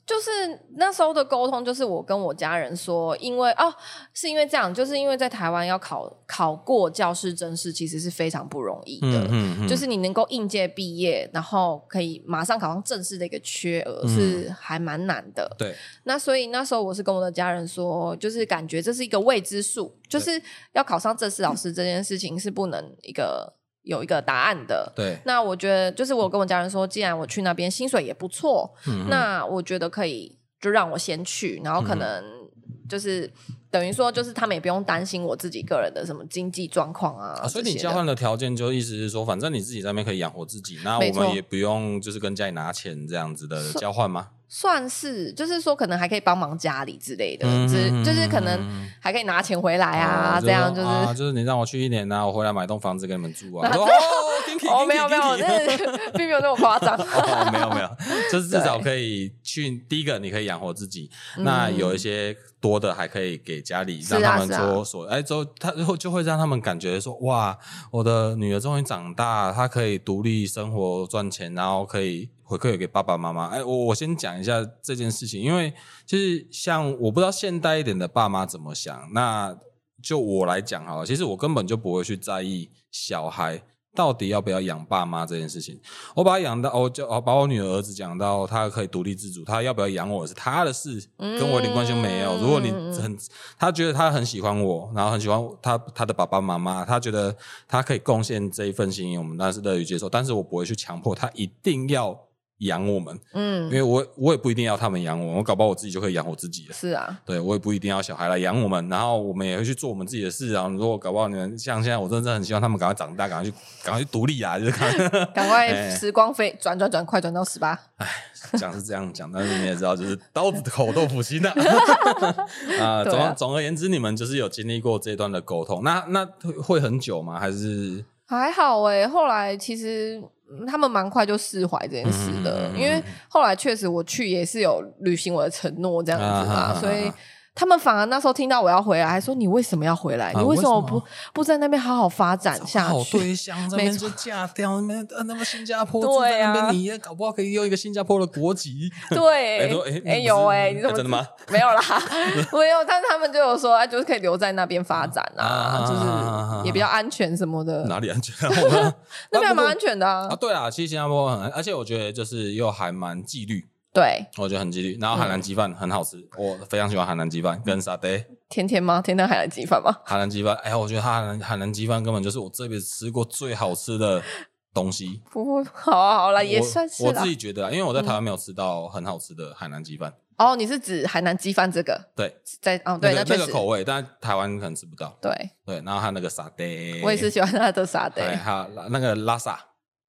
就是那时候的沟通，就是我跟我家人说，因为哦，是因为这样，就是因为在台湾要考考过教师真试，其实是非常不容易的。
嗯嗯嗯，
就是你能够应届毕业，然后可以马上考上正式的一个缺额，
嗯
是还蛮难的。
对，
那所以那时候我是跟我的家人说，就是感觉这是一个未知数，就是要考上正式老师这件事情是不能一个有一个答案的。
对，
那我觉得，就是我跟我家人说，既然我去那边薪水也不错，
嗯
那我觉得可以就让我先去，然后可能就是、等于说，就是他们也不用担心我自己个人的什么经济状况啊
啊，所以
这
你
些
交
的
换的条件就意思是说，反正你自己在那边可以养活自己，那
没
我们
错
也不用就是跟家里拿钱这样子 的交换吗？
算是就是说，可能还可以帮忙家里之类的，
嗯
只
嗯
就是可能
嗯
还可以拿钱回来
哦
啊，
就
这样
说
就是。
啊就是你让我去一年啊，我回来买栋房子给你们住 啊。
那
我说哦，
哦，没有没有，
那
那并没有那么夸 张。
哦没有没有，就是至
对
少可以去第一个，你可以养活自己，那有一些多的还可以给家里，
嗯是啊
让他们
是啊
说所哎之后他之后就会让他们感觉说哇，我的女儿终于长大，她可以独立生活赚钱，然后可以回馈给爸爸妈妈。哎，我我先讲一下这件事情，因为就是像我不知道现代一点的爸妈怎么想，那就我来讲好了，其实我根本就不会去在意小孩。到底要不要养爸妈这件事情，我把他养到，我就我把我女儿儿子养到他可以独立自主，他要不要养我是他的事，跟我一点关系都没有。
嗯
如果你很，他觉得他很喜欢我，然后很喜欢他他的爸爸妈妈，他觉得他可以贡献这一份心意，我们当然是乐于接受，但是我不会去强迫他一定要养我们，因
嗯，
为我我也不一定要他们养我，我搞不好我自己就可以养我自己了。
是啊，
对我也不一定要小孩来养我们，然后我们也会去做我们自己的事。然后如果搞不好你们像现在，我真的很希望他们赶快长大，赶快去赶快去独立 啊！就是赶快
赶
哎
快时光飞转转转，快转到十八。
讲是这样讲，但是你也知道，就是刀子口豆腐 心的啊。
对
总
啊
总而言之，你们就是有经历过这段的沟通，那那会会很久吗？还是
还好哎、后来其实、嗯他们蛮快就释怀这件事的，
嗯嗯嗯嗯
因为后来确实我去也是有履行我的承诺这样子
啊哈哈
嘛，
哈
所以。他们反而那时候听到我要回来，还说你为什么要回来？
啊
你为什么
为什
不
么
不在那边好好发展下
好
去？
对象这边
没
就
错
嫁掉，那边呃那么新加坡住
对
在那
啊
边，你也搞不好可以用一个新加坡的国籍。哎
对
都哎，
哎
不
有
是
哎，你怎么
哎真的吗
知？ 没有啦，没有。但是他们就有说，哎，就是可以留在那边发展
啊
啊，
啊啊
就是也比较安全什么的，
哪里安全啊？我们
那边
啊不过
还蛮安全的啊
啊，。对啊，其实新加坡很，而且我觉得就是又还蛮纪律。
对，
我觉得很纪律。然后海
嗯
南鸡饭很好吃，我非常喜欢海南鸡饭跟沙爹。
天天吗？天天海南鸡饭吗？
海南鸡饭，哎呀，我觉得它海南海南鸡饭根本就是我这辈子吃过最好吃的东西。
不过好啊，好啦，也
我
算是
我
啦嗯
自。己觉得啊，因为我在台湾没有吃到很好吃的海南鸡饭，
哦，你是指海南鸡饭这个
对，
在哦？对，
那
确
个
实
那个口味，但台湾可能吃不到。
对，
对，然后还有那个沙爹，
我也是喜欢他的沙
哎，
爹。
还有拉那个拉萨，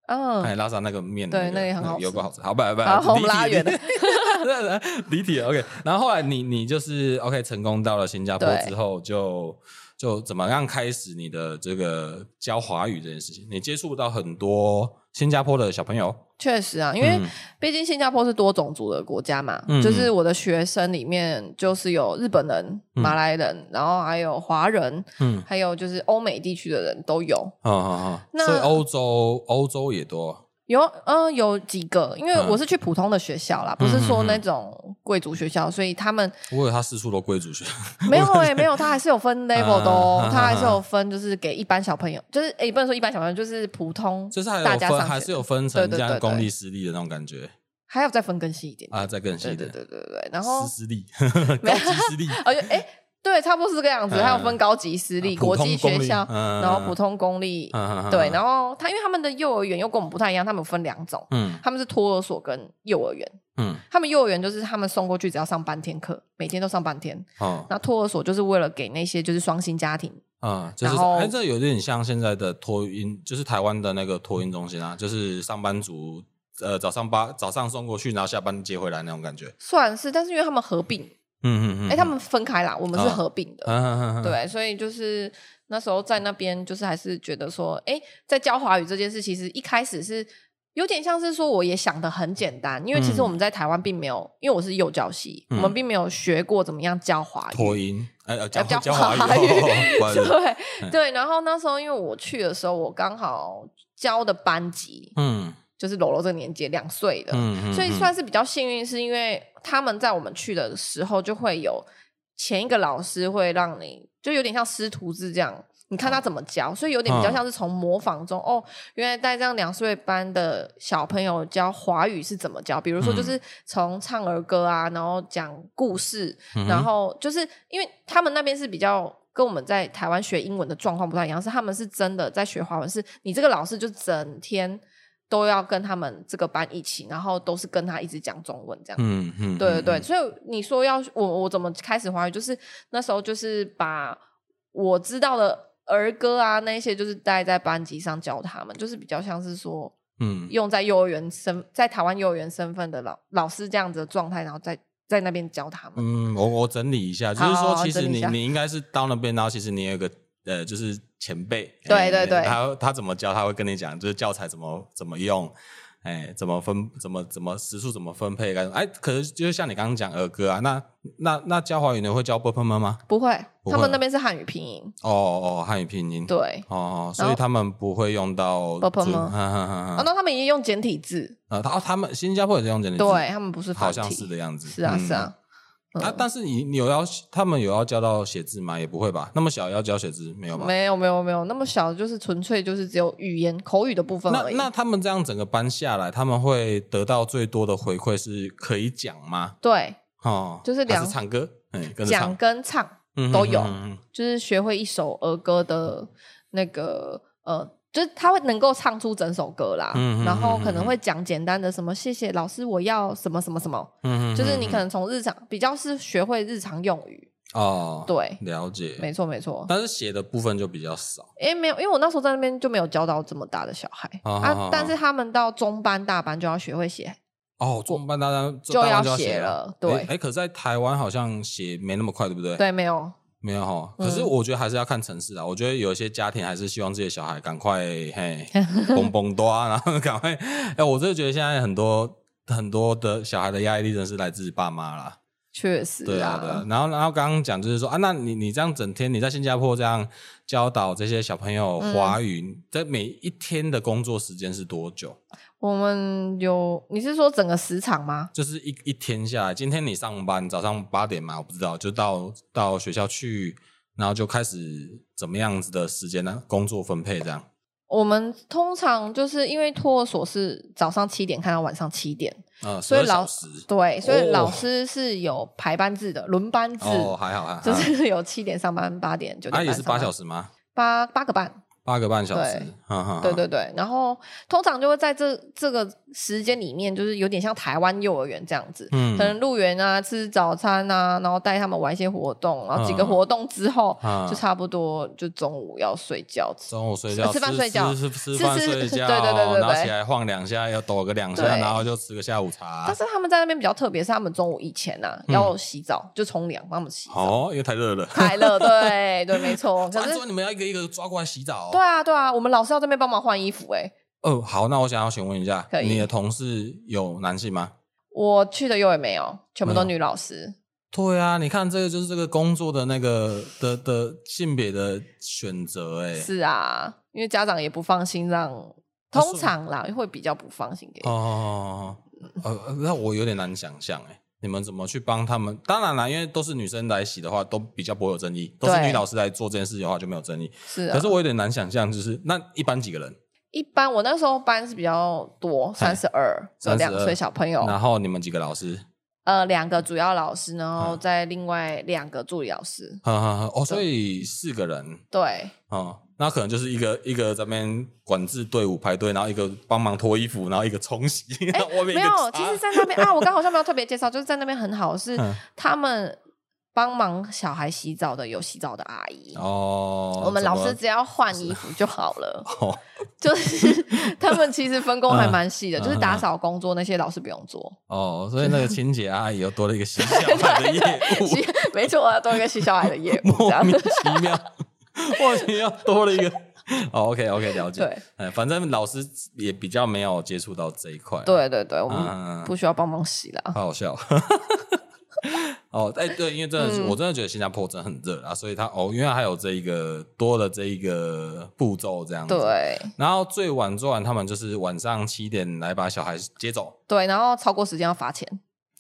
嗯，
哎，拉萨那个面，
对那
个
个也很好
有
吃
个好吃。好，不不，
好我们拉远了
了， 离题了。OK，然后后来你你就是 OK 成功到了新加坡
对
之后就。就怎么样开始你的这个教华语这件事情？你接触到很多新加坡的小朋友，
确实啊，因为
嗯
毕竟新加坡是多种族的国家嘛，
嗯
就是我的学生里面就是有日本人、
嗯
马来人，然后还有华人，
嗯，
还有就是欧美地区的人都有。
啊啊啊！
那
所以欧洲欧洲也多，啊
有，嗯、有几个，因为
嗯
我是去普通的学校啦，不是说那种贵族学校，所以 他们
我以为他四处都归主学，
没有哎、没有，他还是有分 level 的哦
啊，
他还是有分，就是给一般小朋友，就是也、不能说一般小朋友，就是普通，
就是还
大
有
家
分
上
还
学
是有分
对
成这
对
样
对
公
对
立私立的那种感觉
还有再分更细一点点。
啊，再更细
对
一
对
点，
对对对对，然后
私私立
没
高
有
级私立，
而且哎，诶对，差不多是这个样子。
嗯
还有分高级私立、
啊
国
普
际
通公
学
立
校，
嗯
然后普通公立，
嗯
对。
后
然后他因为他们的幼儿园又跟我们不太一样，他们有分两种，
嗯
他们是托儿所跟幼儿园。
嗯
他们幼儿园就是他们送过去只要上半天课，每天都上半天。
哦
那托儿所就是为了给那些就是双薪家庭，
啊，就
然
是
后
哎，这有点像现在的托运，就是台湾的那个托运中心啊，就是上班族呃早上八早上送过去，然后下班接回来那种感觉，
算是，但是因为他们合并，
嗯嗯嗯，
哎，他们分开啦，我们是
啊
合并的，
嗯嗯嗯嗯
对，所以就是那时候在那边，就是还是觉得说，哎，在教华语这件事，其实一开始是有点像是说，我也想的很简单，因为其实
嗯
我们在台湾并没有，因为我是幼教系，我们
嗯
并没有学过怎么样教华语。
托音，哎呃，教
教
教
华
华
语
语，哦 不好意思
对对，然后那时候因为我去的时候，我刚好教的班级
嗯
就是柔柔这个年纪两岁的，
嗯嗯，
所以
嗯
算是比较幸运，是因为他们在我们去的时候就会有前一个老师会让你就有点像师徒制这样，你
哦
看他怎么教，所以有点
嗯
比较像是从模仿中、哦，原来带这样两岁班的小朋友教华语是怎么教，比如说
嗯
就是从唱儿歌啊，然后讲故事，
嗯
然
哼
后就是因为他们那边是比较。跟我们在台湾学英文的状况不太一样，是他们是真的在学华文，是你这个老师就整天都要跟他们这个班一起，然后都是跟他一直讲中文这样。
嗯嗯，
对对对，
嗯，
所以你说要我我怎么开始华语，就是那时候就是把我知道的儿歌啊那些，就是带在班级上教他们，就是比较像是说
嗯
用在幼儿园身在台湾幼儿园身份的老老师这样子的状态，然后在在那边教他们。
嗯，我我整理一下，就
好
是
好
说
好，
其实
整理一
你
下
你应该是到那边，然后其实你有一个呃，就是前辈，
对
哎
对对
他他怎么教，他会跟你讲，就是教材怎么怎么用，哎，怎么分，怎么怎么时数怎么分配，该哎，可是就是像你刚刚讲儿歌啊，那那那教华语你会教 b u r p 吗？
不会，
不
他
会
们
啊
那边是汉语拼音，
哦哦，汉语拼音，
对。
哦，
然
所
后
以他们不会用到
Burpama
准哈哈哈
哦，
哈
那他们也用简体字，
啊，他哦他们新加坡也是用简体字，
对他们不是繁
好
体，
像是的样子，
是啊
嗯
是啊，
啊，但是你你有要他们有要教到写字吗？也不会吧，那么小要教写字没有吧？
没有没有没有，那么小就是纯粹就是只有语言口语的部分
那
而已。
那他们这样整个班下来，他们会得到最多的回馈是可以讲吗？
对
哦，
就是
还
两
是唱歌，嗯，跟着
讲
唱
跟唱
嗯
都有
嗯嗯
就是学会一首儿歌的那个呃，就是他会能够唱出整首歌啦，
嗯嗯嗯
然后可能会讲简单的什么谢谢老师，我要什么什么什么，
嗯嗯嗯
就是你可能从日常比较是学会日常用语，
哦，，
对，
了解。
没错没错。
但是写的部分就比较少，
哎，没有，因为我那时候在那边就没有教到这么大的小孩
哦
啊
哦，
但
哦
是他们到中班、大班就要学会写，
哦，中班大家
就
大家
要
就要
写
了。
了，对
哎，诶可是在台湾好像写没那么快，对不对？，
对，没有，
没有哈。可是
嗯
我觉得还是要看城市啊。我觉得有一些家庭还是希望自己的小孩赶快嘿蹦蹦多啊，然后赶快。哎、我真的觉得现在很多很多的小孩的压力真是来自爸妈啦。
确实
对啊，对啊。然后然后刚刚讲就是说啊，那你你这样整天你在新加坡这样教导这些小朋友华语，这、每一天的工作时间是多久？
我们有，你是说整个时场吗？
就是一一天下来，今天你上班早上八点嘛，我不知道，就到到学校去，然后就开始怎么样子的时间呢？工作分配这样。
我们通常就是因为托儿所是早上七点看到晚上七点，
啊，
所以
12
老
小时
对，所以
哦
老师是有排班制的，轮班制，
哦，还好还好，
就是有七点上班、八点、九点
啊
半
也是
上
八
班
小时吗？
八八个半，
八个半小时
对，
哈哈，
对对对。然后通常就会在这这个时间里面，就是有点像台湾幼儿园这样子，
嗯
可能入园啊、吃早餐啊，然后带他们玩一些活动，然后几个
嗯
活动之后，
啊
就差不多就中午要睡觉吃。
中午睡觉，
吃饭睡觉
吃吃
吃
饭
吃
睡觉，
对对对对对
然后起来晃两下，要抖个两下，
对
然后就吃个下午茶
但。是他们在那边比较特别，是他们中午以前呐、啊
嗯
要洗澡，就冲凉，帮他们洗澡。
哦，因为太热了。
快乐，对对，没错。可
按
是
说你们要一个一个抓过来洗澡、
对。啊，对啊，我们老师要这边帮忙换衣服、欸。哎，
哦，好，那我想要询问一下
可，以
你的同事有男性吗？
我去的幼儿没有，全部都
没
女老师。
对啊，你看这个就是这个工作的那个的的性别的选择、欸，哎，
是啊，因为家长也不放心让，
啊
通
是
常啦会比较不放心给。
哦，呃，那我有点难想象，哎，你们怎么去帮他们？当然啦，因为都是女生来洗的话，都比较不会有争议；都是
对
女老师来做这件事情的话，就没有争议。
是啊
可是，我有点难想象，就是那一般几个人，
一般我那时候班是比较多，三十二，有
32
两岁小朋友，
然后你们几个老师，
呃，两个主要老师，然后
嗯
再另外两个助理老师。
哈哈哈，哦，所以四个人，
对，
哦，那可能就是一个一个在那边管制队伍排队，然后一个帮忙脱衣服，然后一个冲洗，然后外面一个
哎没有，
擦
其实，在那 边啊，我刚好像没有特别介绍，就是在那边很好，是
嗯
他们帮忙小孩洗澡的有洗澡的阿姨。
哦，
我们老师
怎么
只要换衣服就好了，
哦
就是他们其实分工还蛮细的，
嗯
就是打扫工作那些老师不 用做，
哦，所以那个清洁阿姨又多了一个洗脚板的业 务，
其实没错，啊，多一个洗小孩的业 务这
莫
样
名。其妙， 莫名其妙多了一个。哦，OK OK，了解。
对，
哎，反正老师也比较没有接触到这一块。，
对对对，我
嗯
们不需要帮忙洗啦。
好好笑。 哦，哎、对，因为真的
嗯
是，我真的觉得新加坡真的很热啊，所以它哦，因为还有这一个多了这一个步骤这样子。。
对
然后最晚做完，他们就是晚上七点来把小孩接走，
对，然后超过时间要罚钱，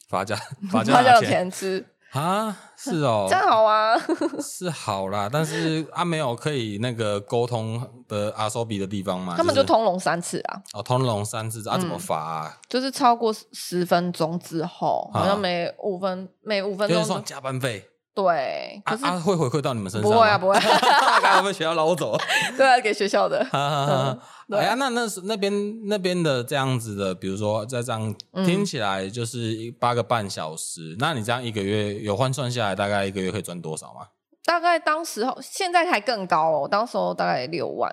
罚 家 罚家
罚
拿
有
钱
钱吃，
啊，是哦
这，样 好啊。
是好啦，但是啊没有可以那个沟通的阿索比的地方嘛，
他们就是通嗯融三次啊，
哦通融三次啊，怎么罚、啊？
就是超过十分钟之后，
啊
好像每五分每五分
就是
钟
算
就
加班费，
对，
啊
可是
啊会回馈到你们身上
不会啊不会
大概会被学校捞走。
对啊，给学校的。
哈哈哈！
对
哎呀，那那是那边那边的这样子的，比如说在这样听起来就是八个半小时，那你这样一个月有换算下来，大概一个月可以赚多少吗？
大概当时候现在还更高哦，当时候大概六万。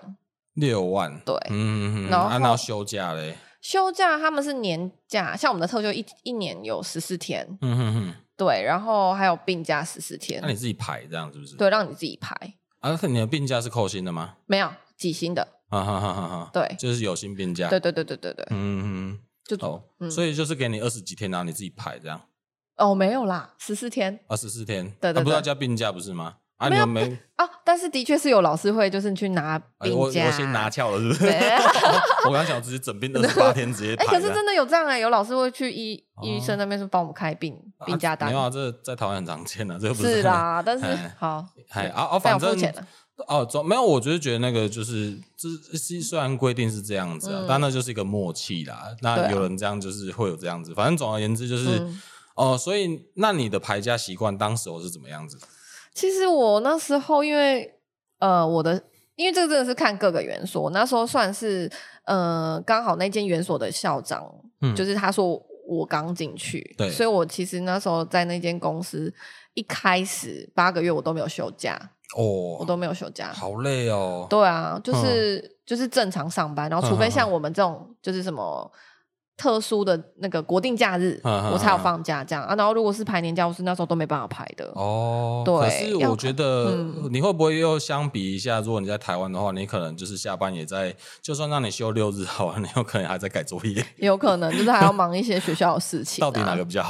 六万，
对
嗯，嗯嗯
然后
按照休假嘞，
休假他们是年假，像我们的特休一一年有十四天，
嗯哼哼，
对，然后还有病假十四天
那，你自己排这样是不是？
对，让你自己排，
啊，那你的病假是扣薪的吗？
没有几薪的，
啊哈哈哈哈，
对
就是有薪病假，
对对对对对对，
嗯，嗯
就
嗯，哦，
嗯
所以就是给你二十几天，然后你自己排这样，
哦没有啦，十四天
二十四天，
对对
啊不是要
对
加病假不是吗？啊，你
没有
们没，
啊，但是的确是有老师会就是你去拿
哎我
病
我
假，
先拿翘了是不 是？
对
我刚想直接整病二十八天直接
哎、
排了。
可是真的有这样哎、有老师会去医、
哦
医生那边说帮我们开病
啊
病假单，
没有啊，这在台湾很常见的，啊这个不
是
很。
啦，但是
哎
好，
哎啊啊，
非
反
常
正
肤浅的，
哦，总没有，我就是觉得那个就是，这是虽然规定是这样子啊，但那就是一个默契啦。
嗯对
那
啊
有人这样就是会有这样子，反正总而言之就是，
嗯
哦，所以那你的排家习惯当时我是怎么样子？
其实我那时候因为呃，我的因为这个真的是看各个园所，我那时候算是呃，刚好那间园所的校长，
嗯
就是他说我刚进去，
对
所以我其实那时候在那间公司一开始八个月我都没有休假，我
哦，
都没有休假，
好累哦，
对啊，就是、就是正常上班，然后
嗯
除非像我们这种就是什么。特殊的那个国定假日，
嗯嗯嗯
我才有放假这样啊。然后如果是排年假，我是那时候都没办法排的。
哦，
对
可是
要
我觉得
嗯
你会不会又相比一下，如果你在台湾的话，你可能就是下班也在，就算让你休六日好了，你有可能还在改作 业，
也有可能就是还要忙一些学校的事情、
到
啊。
底哪个比较嗯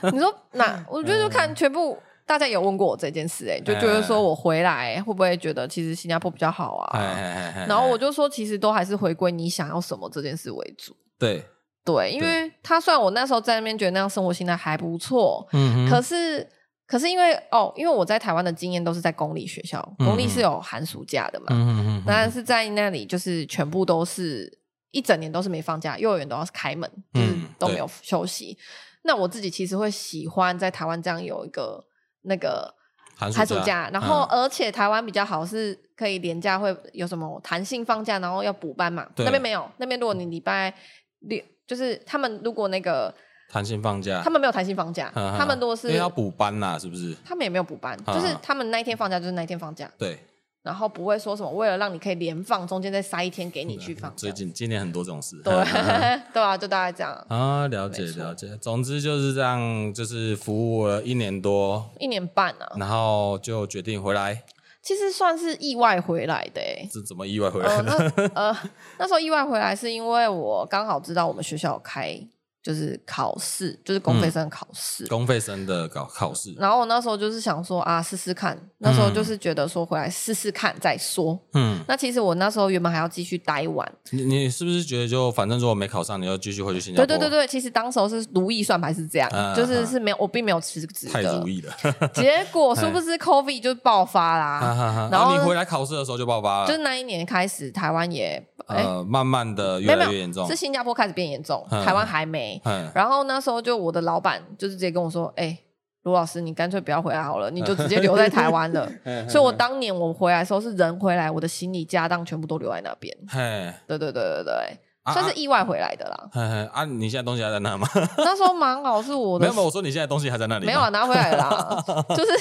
好？
你说哪？我觉得就看全部。大家有问过我这件事、欸，哎，就觉得说我回来会不会觉得其实新加坡比较好啊？
哎然
然后我就说，其实都还是回归你想要什么这件事为主。
对，
对，因为他虽然我那时候在那边觉得那样生活心态还不错，
嗯哼
可是可是因为哦，因为我在台湾的经验都是在公立学校，
嗯
公立是有寒暑假的嘛，
嗯嗯嗯
但是在那里就是全部都是一整年都是没放假，幼儿园都要是开门，就是
嗯
都没有休息。那我自己其实会喜欢在台湾这样有一个那个
嗯，
寒暑假，然后呃而且台湾比较好是可以连假会有什么弹性放假，然后要补班嘛，
对
那边没有，那边如果你礼拜六就是他们如果那个
弹性放假，
他们没有弹性放假，
嗯嗯
他们如果
因
是
为要补班啦，是不是？
他们也没有补班，
嗯
就是
嗯
他们那一天放假就是那一天放假，
对，
然后不会说什么为了让你可以连放，中间再塞一天给你去放。
啊最
这样
近今年很多这种事。嗯
对对啊，就大概这样，
啊，了解
没错
了解。总之就是这样，就是服务了一年多，
一年半啊，
然后就决定回来，
其实算是意外回来的欸。
是怎么意外回来
呃，
的？
那呃，那时候意外回来是因为我刚好知道我们学校有开就是考试，就是公
嗯
费生考试。
公费生的考考试，
然后我那时候就是想说啊，试试看。那时候就是觉得说回来试试看再说。
嗯，
那其实我那时候原本还要继续待完，
你你是不是觉得就反正如果没考上，你就继续回去新加
对
坡？
对对对，其实当时候是如意算盘是这样，
啊
就是是没有我并没有辞职
太
的
如， 意了。
结 果殊不知 COVID 就爆发啦，
哈哈哈
啊然
然后
后
啊你回来考试的时候就爆发
就是
了，
那一年开始台湾也哎、
呃，慢慢的
没
越
有
来
没
越
有
严重
是。新加坡开始变严重，
嗯
台湾还没。
嗯，
然后那时候就我的老板就是直接跟我说：“哎、卢老师，你干脆不要回来好了，你就直接留在台湾 了。”
嗯
所以，我当年我回来的时候是人回来，我的行李家当全部都留在那边。
嘿，
对对对对对，
啊
算是意外回来的啦。
嘿嘿啊，你现在东西还在那吗？
那时候蛮好，是我
没
的
有，没有，我说你现在东西还在那里吗，
没有啊，拿回来了 啦。就是，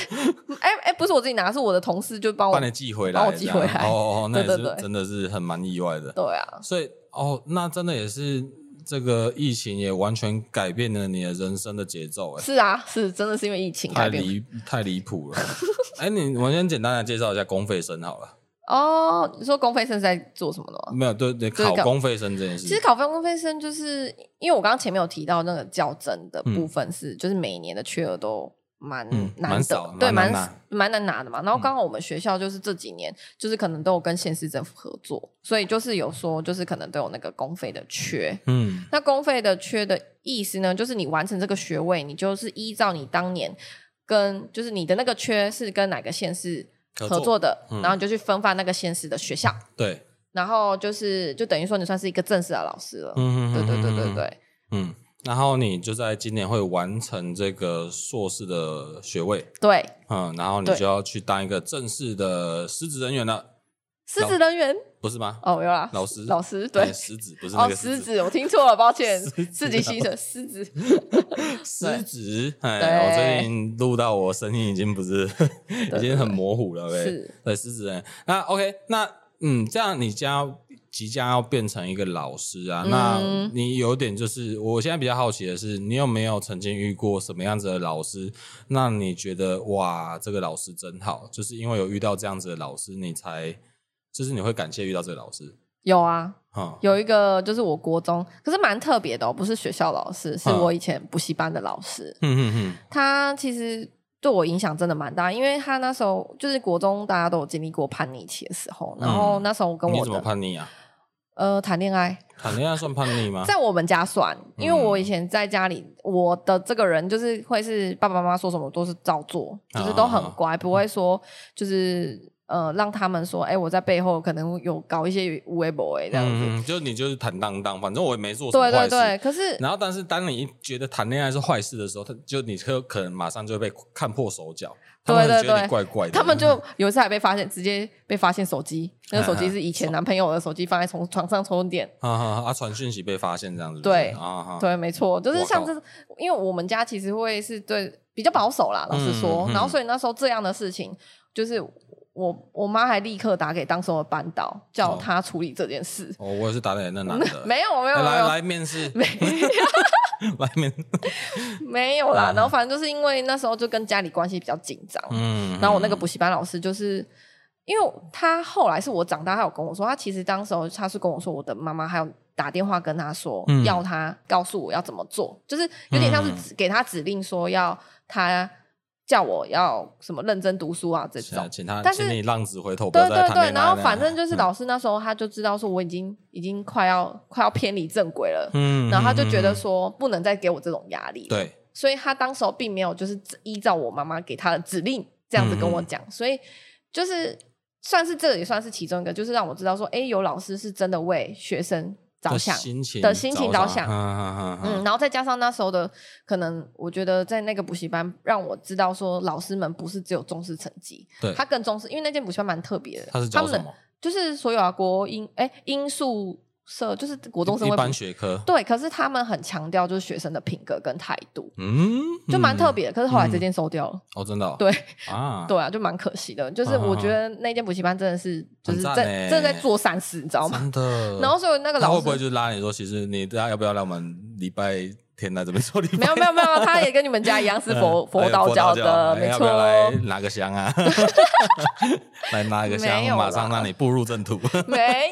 哎、哎、不是我自己拿，是我的同事就帮我
把。你寄回来，
把我寄
这样
回来
哦哦 哦，那也
对对
是
对
真的是很蛮意外的。
对啊，
所以哦，那真的也是这个疫情也完全改变了你的人生的节奏，哎，
是啊，是真的是因为疫情
太
改变
离太离 谱了。哎，你我先简单的介绍一下公费生好了，
哦。你说公费生是在做什么的吗？
没有对对，
哦就是
考
搞
公费生这件事
其实考分公费生就是因为我刚刚前面有提到那个较真的部分是，就是每年的缺额都蛮
嗯
难
蛮
的，
少
对，
蛮难
蛮
拿嗯
蛮难拿的嘛。然后刚好我们学校就是这几年就是可能都有跟县市政府合作，所以就是有说就是可能都有那个公费的缺。
嗯
那公费的缺的意思呢，就是你完成这个学位，你就是依照你当年跟就是你的那个缺是跟哪个县市
合
合
作
作的，
嗯
然后你就去分发那个县市的学校。
对，
然后就是就等于说你算是一个正式的老师了。
嗯
对对对对，
嗯
对，
嗯。然后你就在今年会完成这个硕士的学位，
对，
嗯，然后你
对
就要去当一个正式的师职人员了，
师职人员
不是吗？
哦，有啦，
老师
老师 对
哎，师职不是那
哦，
个
师
师职，
职我听错了，抱歉，自
啊
己心疼师职，
师职。哎，
对
我最近录到我声音已经不是， 已经很模糊了呗。
是
对，师职人。那 OK，那嗯，这样你将即将要变成一个老师啊，那
嗯
你有点就是，我现在比较好奇的是，你有没有曾经遇过什么样子的老师？那你觉得哇，这个老师真好，就是因为有遇到这样子的老师，你才就是你会感谢遇到这个老师。
有啊，
哈、
有一个就是我国中，可是蛮特别的哦，不是学校老师，是我以前补习班的老师，
嗯嗯嗯
他其实。对我影响真的蛮大，因为他那时候就是国中，大家都有经历过叛逆期的时候。然后那时候我跟
嗯，你
我
怎么
的
叛逆啊？
呃谈恋爱，
谈恋爱算叛逆吗？
在我们家算，因为我以前在家里，我的这个人就是会是爸爸妈妈说什么都是照做，
啊
就是都很乖，不会说就是呃让他们说，哎、我在背后可能有搞一些无为 b 哎这样子。
嗯，嗯就你就是坦荡荡，反正我也没做什么
对
坏
对
事。
对，可是
然后，但是当你一觉得谈恋爱是坏事的时候，他就你可可能马上就会被看破手脚，他
对
们觉
对
得你
对
怪怪的，嗯
他们就有一次还被发现，直接被发现手机，那个手机是 以前男朋友的手机，放在从床上充电。
啊啊啊传讯息被发现这样子，
对
啊哈，
对，没错，就是
我
像
靠
这，因为我们家其实会是对比较保守啦，老实说，
嗯嗯
然后所以那时候这样的事情，就是我我妈还立刻打给当时候的班导，叫
哦
他处理这件事。
哦，我也是打脸那男的，
没有，没有，
哎
没
来
有，
来面试，
没
来面，
没 有啦。然后反正就是因为那时候就跟家里关系比较紧张，
嗯，
然后我那个补习班老师就是。因为他后来是我长大，他有跟我说，他其实当时候他是跟我说，我的妈妈还有打电话跟他说，
嗯
要他告诉我要怎么做，就是有点像是指给他指令，说要他叫我要什么认真读书啊这种
请。请他，
但是
请你浪子回头，不
对
要再
对
谈
对，
恋
然
爱
后
了嗯
反正就是，老师那时候他就知道说我已经已经快要快要偏离正轨了，
嗯，
然后他就觉得
嗯，
说不能再给我这种压力了，
对，
所以他当时候并没有就是依照我妈妈给他的指令这样子跟
嗯
我讲，所以就是算是这个也算是其中一个，就是让我知道说，哎、有老师是真的为学生着
的
想，
心情
的心情着想
嗯嗯
嗯，
嗯
然后再加上那时候的可能，我觉得在那个补习班让我知道说，老师们不是只有重视成绩，
对
他更重视，因为那间补习班蛮特别的，
他是
他
教
们
什
的
么？
就是所有啊国英哎英数社就是国中生
一
会
般
补
学科，
对，可是他们很强调就是学生的品格跟态度，
嗯，
就蛮特
嗯
别的。可是后来
嗯
这件收掉了，
哦，真的哦
对
啊，
对啊，就蛮可惜的。就是
嗯
我觉得那间补习班真的是就是
很赞
在
欸
真的在做善事，你知道吗？
真的。
然后所以那个
他
老
会
师
不会就是拉你说，其实你大家要不要来我们礼拜天来这边做礼拜？
没有没有没有，他也跟你们家一样
嗯
是佛佛道教的，
哎
没
要不
错
要。来拿个香啊，来拿个香
没有，啦哦
马上让你步入正途。
没
哎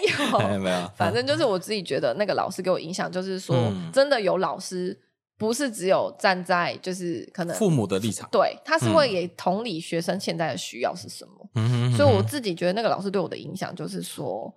有，
没有，
反正就是我自己觉得那个老师给我影响，就是说、
嗯
真的有老师不是只有站在就是可能
父母的立场，
对，他是会也同理学生现在的需要是什么。
嗯哼
所以我
嗯哼
自己觉得那个老师对我的影响就是说，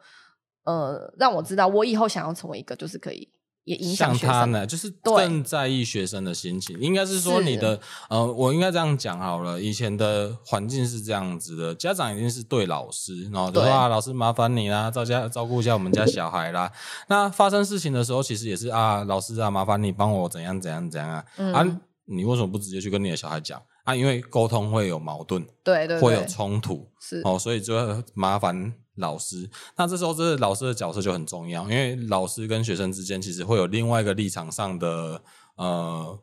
呃，让我知道我以后想要成为一个就是可以也影响
像
学
他
生。
呢，就是
对
更在意学生的心情，应该是说
是
你的呃，我应该这样讲好了。以前的环境是这样子的，家长一定是对老师，然后就说
对
啊，老师麻烦你啦，照家照顾一下我们家小孩啦。那发生事情的时候，其实也是啊，老师啊，麻烦你帮我怎样怎样怎样啊、
嗯
啊，你为什么不直接去跟你的小孩讲啊？因为沟通会有矛盾，
对对
会有
对，
冲突。
是
哦，所以就会麻烦老师。那这时候，这个老师的角色就很重要，因为老师跟学生之间其实会有另外一个立场上的呃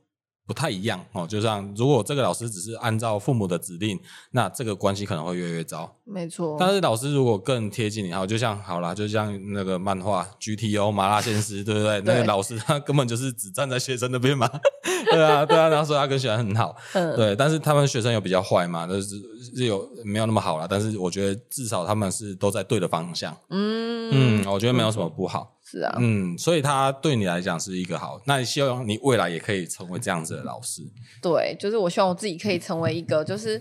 不太一样哦。就像如果这个老师只是按照父母的指令，那这个关系可能会越来越糟。
没错。
但是老师如果更贴近你，好，就像好啦，就像那个漫画 GTO 麻辣鲜师，对不对？那个
对
老师他根本就是只站在学生那边嘛， 对啊，对啊，然后所以他跟学生很好，
嗯
对，但是他们学生有比较坏嘛，就是是有没有那么好啦，但是我觉得至少他们是都在对的方向，
嗯
嗯，我觉得没有什么不好，
是啊，
嗯，所以他对你来讲是一个好，那希望你未来也可以成为这样子的老师，
对，就是我希望我自己可以成为一个，就是，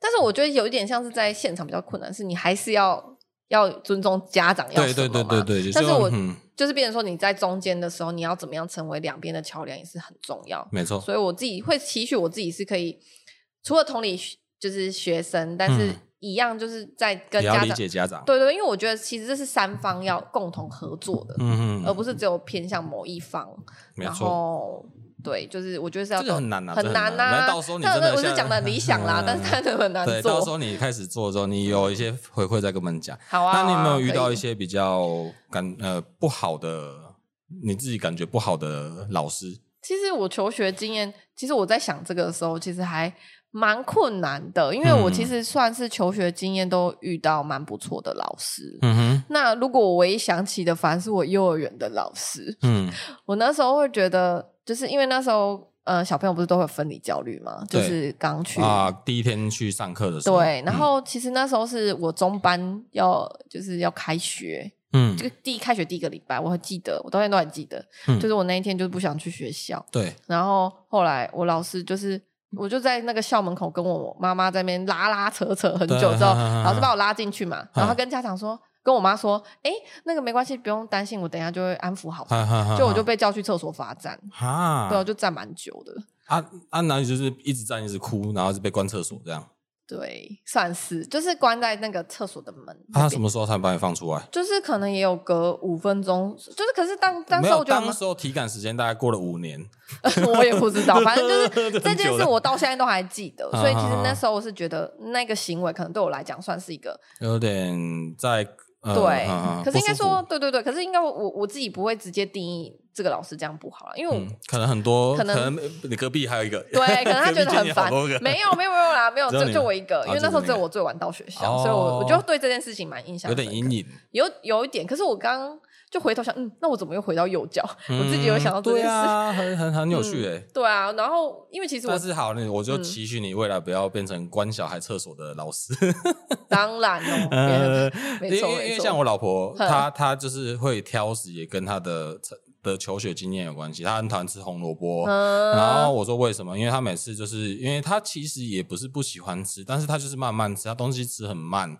但是我觉得有一点像是在现场比较困难，是你还是要要尊重家长要
对对
什么
对
嘛
对对，就
但是
要
我
嗯，
就是变成说你在中间的时候，你要怎么样成为两边的桥梁也是很重要。
没错，
所以我自己会期许我自己是可以，除了同理学就是学生，但是
嗯
一样就是在跟
也要
家
理
长，
解家长，
对对，因为我觉得其实这是三方要共同合作的，
嗯
而
嗯，
不是只有偏向某一方。
没
然
错。
后对，就是我觉得是要
这个很难啊
很
这很
难
难
呐。
那到 时候你
但
真的
我是
像
讲的理想啦
嗯，
但是它真的很难
对，到时
做。
候你开始做的时候，你有一些回馈再跟我们讲。
好啊，
那你有没
好啊
有遇到一？
可以
些比较感呃不好的，你自己感觉不好的老师？
其实我求学经验，其实我在想这个的时候，其实还蛮困难的，因为我其
嗯
实算是求学经验都遇到蛮不错的老师。
嗯哼，
那如果我唯一想起的，反而是我幼儿园的老师。
嗯，
我那时候会觉得，就是因为那时候，呃，小朋友不是都会有分离焦虑嘛，就
对
是刚去
啊，第一天去上课的时候，
对，然后其实那时候是我中班要就是要开学，
嗯，嗯
这个第一开学第一个礼拜，我还记得，我到现在都还记得，
嗯
就是我那一天就是不想去学校，
对，
然后后来我老师就是。我就在那个校门口跟我妈妈在那边拉拉扯扯很久 之后，
对嗯
老师把我拉进去嘛，然后他跟家长说，跟我妈说，哎、那个没关系，不用担心，我等一下就会安抚好。
哈哈哈
就我就被叫去厕所罚站，
哈
对，我就站蛮久的，
啊啊，男就是一直站一直哭，然后就被关厕所这样。
对，算是就是关在那个厕所的门那边。
他啊什么时候才把你放出来？
就是可能也有隔五分钟，就是可是当当
没
时
有，
我觉得
当时候体感时间大概过了五年，
蛮 我也不 知道，反正就是这
很
件
久
事
了
我到现在都还记 得，所以其实
啊啊啊
那时候我是觉得那个行为可能对我来讲算是一个
有点在呃
对
嗯嗯，
可是应该
不舒
说
服
对对对，可是应该我我我自己不会直接定义这个老师这样不好啊了，因为我
嗯，可能很多，可
可能
能你隔壁还有一个，
对，可能他觉得
隔壁间
很烦
也好多个。
没有没有没有啦，没有
只有
就
你
就我一个，
啊
因为那时候
就是
只有
你
我最晚到学校，
哦
所以我我就对这件事情蛮印象
有
深刻，
点阴影。
有有一点，可是我刚刚就回头想，嗯，那我怎么又回到幼教？我自己有想到这
嗯对
件事。
啊，很很很有趣哎、
对啊，然后因为其实我嗯
但是好，那我就期许你未来不要变成关小孩厕所的老师。
当然哦，
呃
没
因为
错
因为
没
因为
错
像我老婆，
嗯
她她就是会挑食，也跟她的的求学经验有关系。她很讨厌吃红萝卜，
嗯
然后我说为什么？因为她每次就是因为她其实也不是不喜欢吃，但是她就是慢慢吃，她东西吃很慢，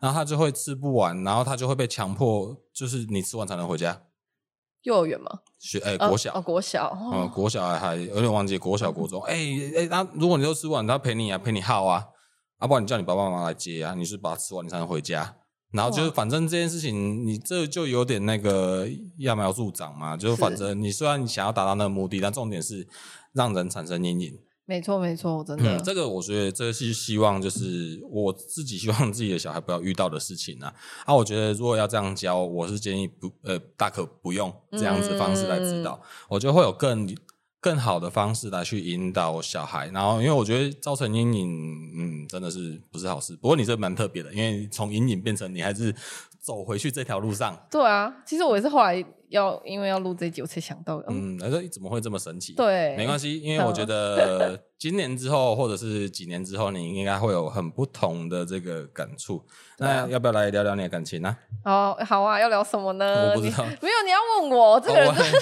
然后她就会吃不完，然后她就会被强迫，就是你吃完才能回家。
幼儿园吗？
学哎、
呃
国小
哦，国小，
嗯，
哦
国小还有点忘记国小国中，哎、哎，他、如果你都吃完，他陪你啊，陪你耗啊，啊，不然你叫你爸爸妈妈来接啊，你是把它吃完你才能回家。然后就是，
哇
反正这件事情，你这就有点那个揠苗助长嘛。就是
是
反正你虽然你想要达到那个目的，但重点是让人产生阴影。
没错没错，真的
嗯，，这个我觉得这是希望，就是我自己希望自己的小孩不要遇到的事情啊。啊，我觉得如果要这样教，我是建议不呃大可不用这样子方式来指导，我觉得会有更更好的方式来去引导小孩。然后，因为我觉得造成阴影，嗯，真的是不是好事。不过你这蛮特别的，因为从阴影变成你还是走回去这条路上，
对啊，其实我也是后来要因为要录这一集，我才想到，
嗯，
嗯，
那说怎么会这么神奇？
对，
没关
系，
系，因为我觉 得今年之后，或者是几年之后，你应该会有很不同的这个感触。
对啊
那要不要来聊聊你的感情呢、
好好啊，要聊什么呢？
我不知
你
道哦
没有，你要问我，我这个人真的，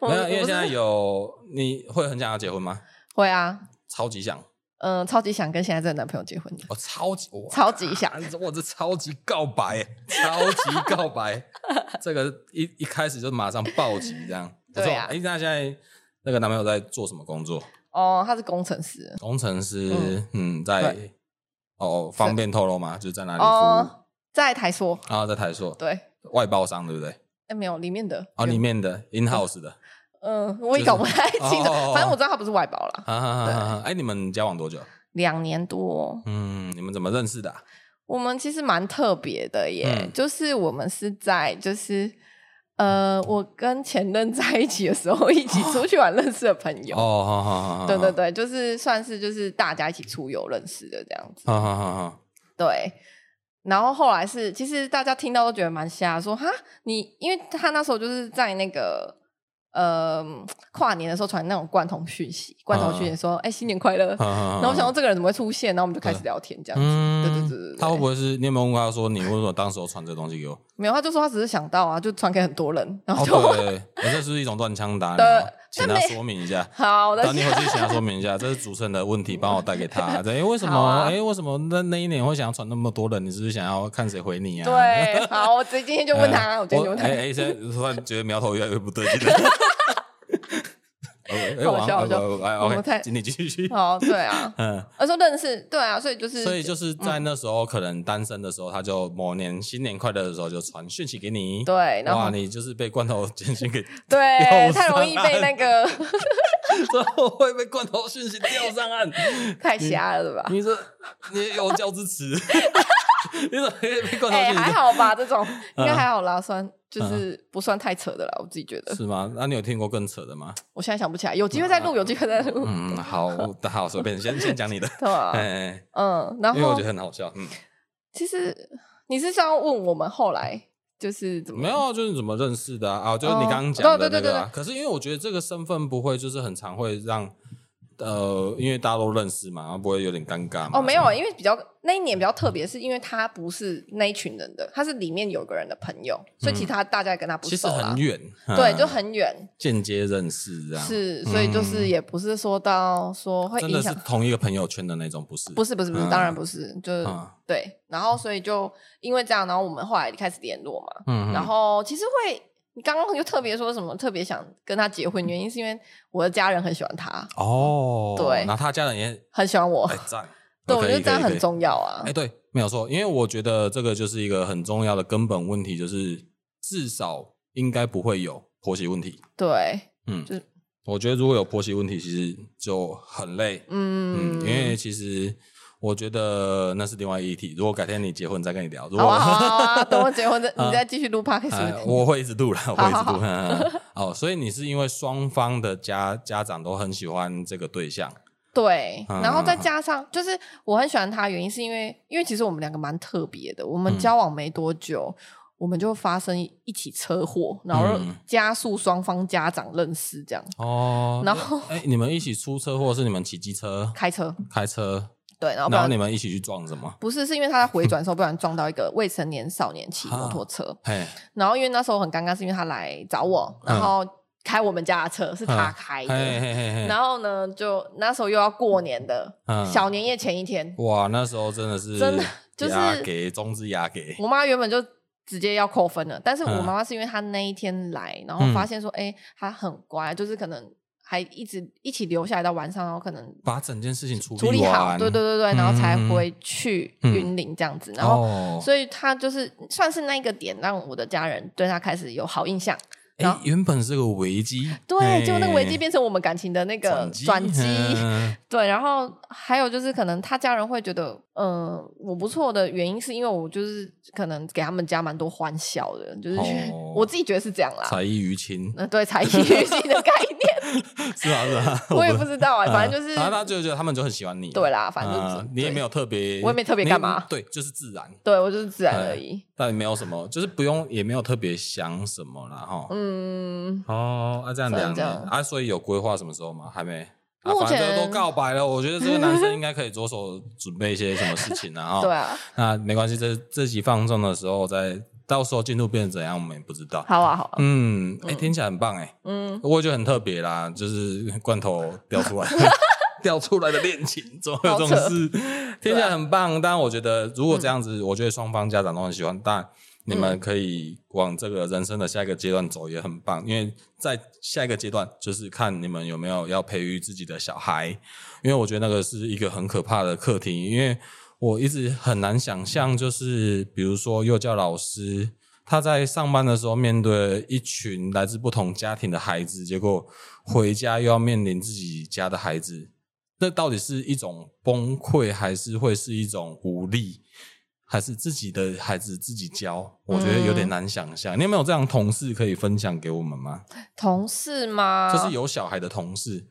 我
我
没有，
我
因为
不是
现在有你会很想要结婚吗？
会啊，
超级想，
嗯，超级想跟现在这个男朋友结婚的，
我、超级我
超级想，
我这超级告白，超级告 白，这个一一开始就马上暴击这样。不错
对啊
哎、那现在那个男朋友在做什么工作？
哦，他是工程师，
工程师，嗯，在
对
哦，方便透露吗？就是在哪里服务？
哦，在台说，
然后在台塑
对，
外包商，对不对？
哎，没有里面的，
哦，
有
里，面的 in house 的，
嗯，我也
就是
搞不太清
哦
楚
哦哦，
反正我知道他不是外包啦，
哈哈哈哈！哎，你们交往多久？
两年多，
嗯，你们怎么认识的啊？
我们其实蛮特别的耶，
嗯
就是我们是在就是呃，我跟前任在一起的时候一起出去玩认识的朋友，
哦，好好好，好
对对，对，就是算是就是大家一起出游认识的这样子，
好好好好，
对。然后后来是，其实大家听到都觉得蛮瞎，说哈你，因为他那时候就是在那个呃跨年的时候传那种贯通讯息，贯通
嗯
讯息说哎、新年快乐，
然
然后我想说这个人怎么会出现，然后我们就开始聊天这样子，
嗯
对对对对对
他会不会是你有没有问过他说你为什么当时候传这东西 给我？
没有，他就说他只是想到啊，就传给很多人，然后
哦，
就、
对， 哎这是一种乱枪打
对
鸟，请他说明一下。
好的
等，你回去请他说明一下， 这是主持人的问题，帮我带给他。对，哎为什
好
么？
啊
哎，为什么那那一年会想要传那么多人？你是不是想要看谁回你啊？
对，好，我直接今天就问他，
呃
我今天就问他，
哎哎，现在突然觉得苗头越来越不对劲 了。OK，哎，
好笑好笑
哎
我们太
，OK，请你继续。
好，对啊，
嗯，
我说认识，对啊，所以就是，
所以就是在那时候，可能单身的时候，他就某年新年快乐的时候就传讯息给你。
对然后
哇，你就是被罐头 简讯给，
对
有，
太容易被那个
之后会被罐头讯息钓上岸。
太瞎了吧？
你这你也有教之 词，你嗯怎么可以被罐头
哎、
讯息
还
钓？
好吧，这 种应该还好啦，算就是不算太扯的啦，我自己觉得。
是吗？那你有听过更扯的吗？
我现在想不起来，有机会再录，有机会再录，
嗯，好，好，随便，先先讲你的。
对吧、
哎哎，
嗯，然
哎因为我
后
觉得很好笑。嗯。
其实你是想要问我们后来就是怎么
没有啊，就是怎么认识的啊？啊就是你刚刚
哦
讲的
对
那
对
个、啊。可是因为我觉得这个身份不会，就是很常会让呃，因为大家都认识嘛，然后不会有点尴尬嘛
哦，没有，因为比较那一年比较特别，是因为他不是那一群人的，他是里面有个人的朋友，所以其他大家也跟他
嗯
不
其实
熟啦
很。远，
对，
嗯
就很远，
间接认识这样，嗯
是，所以就是也不是说到说会
真
影
的是
响，
同一个朋友圈的那种，不是？
不是不是不是，
嗯
当然不是，就是
嗯
对，然后所以就因为这样，然后我们后来开始联络嘛，
嗯，嗯
然后其实会，你刚刚又特别说什么特别想跟他结婚，原因是因为我的家人很喜欢他，
哦，
对
然后他家人也
很喜欢我
哎，赞，
对，我
可
觉
以
得这样
可以可
很
以
重要啊
哎、，对，没有错，因为我觉得这个就是一个很重要的根本问题，就是至少应该不会有婆媳问题。
对，
嗯，
就是
我觉得如果有婆媳问题，其实就很累。嗯，
嗯，
因为其实我觉得那是另外一题。如果改天你结婚再跟你聊，如
好
果、
啊，好啊，好啊，等我 结婚再
啊
你再继续录 podcast
哎
给我听。
我会一直录了，我会一直
好
录。哦，所以你是因为双方的家家长都很喜欢这个对象，
对，
嗯
然后再加上就是我很喜欢他，原因是因为因为其实我们两个蛮特别的，我
嗯
们交往没多久。我们就发生一起车祸，然后
嗯
加速双方家长认识，这样
哦
然后
哎、你们一起出车祸是你们骑机车、
开车
开车，
对，然后不
然后
然
你们一起去撞什么？
不是是因为他在回 转的时候不然撞到一个未成年少年
啊
骑摩托车，
嘿，
然后因为那时候很尴尬，是因为他来找我，然后开我们家的车是他
嗯
开
嘿
的，
嘿嘿嘿，
然后呢就那时候又要过年的、
嗯
小年夜前一天，
哇，那时候真的是
真的就是
牙给中之牙给，
我妈原本就直接要扣分了。但是
嗯
我妈妈是因为她那一天来，然后发现说，哎、她很乖，就是可能还一直一起留下来到晚上，然后可能
把整件事情处
处
理
理好，
完
对对对对，然后才
嗯嗯嗯
回去
嗯
云林这样子，然后。
哦，
所以她就是算是那一个点，让我的家人对她开始有好印象。然
哎
后，
原本是个危机，
对，就那个危机
哎
变成我们感情的那个转
转
机。 啊
嗯
对，然后还有就是，可能他家人会觉得，嗯、我不错的原因是因为我就是可能给他们家蛮多欢笑的，就是觉得、
哦
我自己觉得是这样啦。
才艺于 亲，
嗯，对，才艺娱性的概 念，
是吧？是吧？
我也不知道啊、反正就是
然后嗯他就觉得他们就很喜欢你，
对啦，反正就是、
呃你也没
有，
有特别，
我也没特别干嘛
你对，就是自然，
对我就是自然
哎
而已。
但也没有什么，就是不用，也没有特别想什么啦，哈。
嗯，
哦，啊，这样
算
两
这
年
样
啊，所以有规划什么时候吗？还没。啊
目
反正
前
都告白了，我觉得这个男生应该可以着手准备一些什么事情啊。哈
对啊，
那没关系，这这集放纵的时候再，到时候进度变成怎样，我们也不知道。
好啊，好啊，
嗯，哎、听起来很棒哎、
嗯，
我就很特别啦，就是罐头掉出来，掉出来的恋情，怎么会有这种事？听起来很棒，但我觉得如果这样子，我觉得双方家长都很喜欢，但你们可以往这个人生的下一个阶段走，也很棒，因为在下一个阶段就是看你们有没有要培育自己的小孩，因为我觉得那个是一个很可怕的课题，因为我一直很难想象，就是比如说幼教老师。他在上班的时候面对一群来自不同家庭的孩子，结果回家又要面临自己家的孩子，那到底是一种崩溃，还是会是一种无力，还是自己的孩子自己教？我觉得有
嗯
点难想象。你有没有这样同事可以分享给我们吗？
同事吗？
就是有小孩的同事，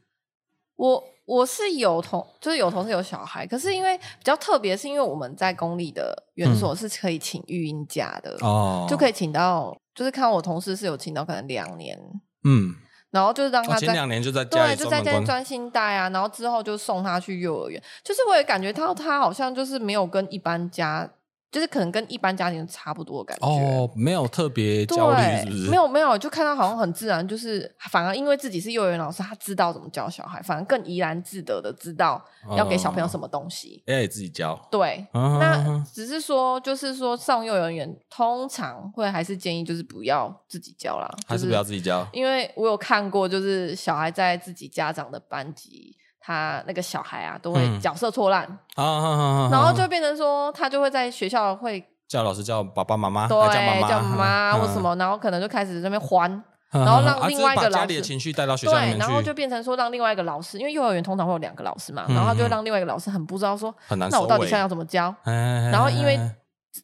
我我是有同，就是有同事有小孩，可是因为比较特别，是因为我们在公立的园所是可以请育婴假的，
嗯哦
就可
以，
以请到，就是看我同事是有请到可能两年，
嗯，
然后就是让
我
他
前
在、
两年就在家
对，
里
就在
专
家
门关，
里专心带啊，然后之后就送他去幼儿园，就是我也感觉到他好像就是没有跟一般家，就是可能跟一般家庭差不多的感觉。
哦，没有特别
对
焦虑，是不是？
没，有没有，就看他好像很自然，就是反而因为自己是幼儿园老师，他知道怎么教小孩，反而更怡然自得的知道要给小朋友什
么，
么东西。
哎、自己教。
对，
啊
那只是说，就是说上幼儿园通常会还是建议就是不要自己教啦，
还
就是
不要自己教，
因为我有看过，就是小孩在自己家长的班级。他那个小孩啊，都会
嗯
角色错乱，
啊啊啊啊啊
然后就变成说他就会在学校会
叫老师叫爸爸妈妈，
对
啊还叫妈妈，
叫妈妈
嗯
或什，么，然后可能就开始在那边欢，
嗯
然后让
啊
另外一个
就是把
老
家
师
里的情绪带到学校里面
对，
去，
然后就变成说让另外一个老师，因为幼儿园通常会有两个老师嘛，
嗯
然后他就
嗯
让另外一个老师很不知道说，
很难收
那
尾。
我到底现在要怎么教？
然
然后因为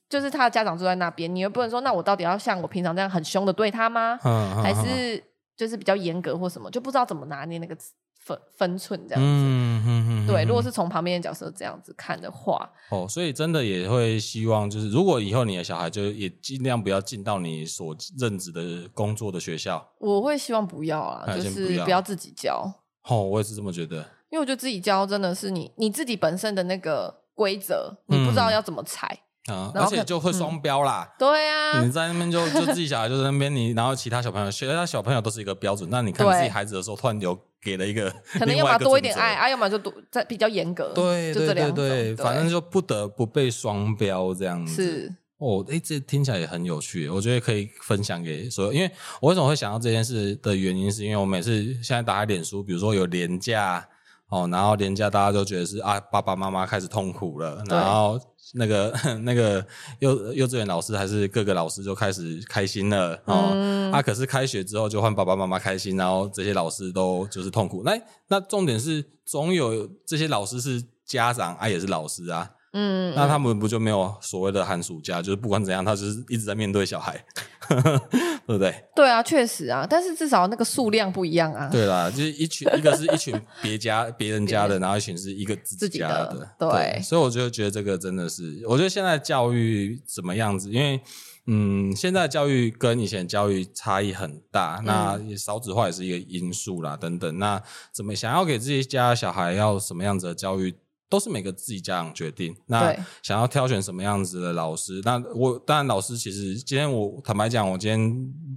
就是他的家长坐在那边，你又不能说，那我到底要像我平常这样很凶的对他吗？
嗯啊
还是就是比较严格或什么，就不知道怎么拿捏那个分分寸这样子。
嗯嗯嗯，
对，如果
是
是从旁边的角色这样子看的话，
哦，所以真的也会希望，就是如果以后你的小孩，就也尽量不要进到你所任职的工作的学校。
我会希望不要啊，
哎
就
先不
是
要
不要自己教，
哦，我也是这么觉得。
因为我觉得自己教真的是你你自己本身的那个规则，你不知
嗯
道要怎么踩。
啊、
然
而
后
且
可嗯
就会双标啦。
对啊，
你 在那边就就自己小孩就在那边，你然后其他小朋友，其他小朋友都是一个标准。那你看
对
自己孩子的时候，突然有给了一个，
可能
另
要
外一
么
个
多
准
一点
则
爱啊，要么就多再比较严格，
对
就
对
这两
对
种。
对，反正就不得不被双标这样子。
是
哦，哎，这听起来也很有趣，我觉得可以分享给所有。因为我为什么会想到这件事的原因，是因为我每次现在打开脸书，比如说有廉价哦，然后廉价大家都觉得是啊，爸爸妈妈开始痛苦了，
对
然后那个 那个幼幼稚园老师还是各个老师就开始开心了哦。
嗯
啊，可是开学之后就换爸爸妈妈开心，然后这些老师都就是痛苦。那那重点是，总有这些老师是家长啊，也是老师啊。
嗯，
那他们不就没有所谓的寒暑假？就是不管怎样，他就是一直在面对小孩， 对不对？
对啊，确实啊，但是至少那个数量不一样啊，
对啦，就是一群，一个是一群别家别人家的，然后一群是一个自
自己
家的，
的
对。
对
所以我就觉得这个真的是，我觉得现在教育怎么样子？因为嗯，现在教育跟以前教育差异很大，那
嗯
也少子化也是一个因素啦，等等。那怎么想要给自己家小孩要什么样子的教育？都是每个自己家长决定。那
对
想要挑选什么样子的老师，那我当然老师其实今天我坦白讲，我今天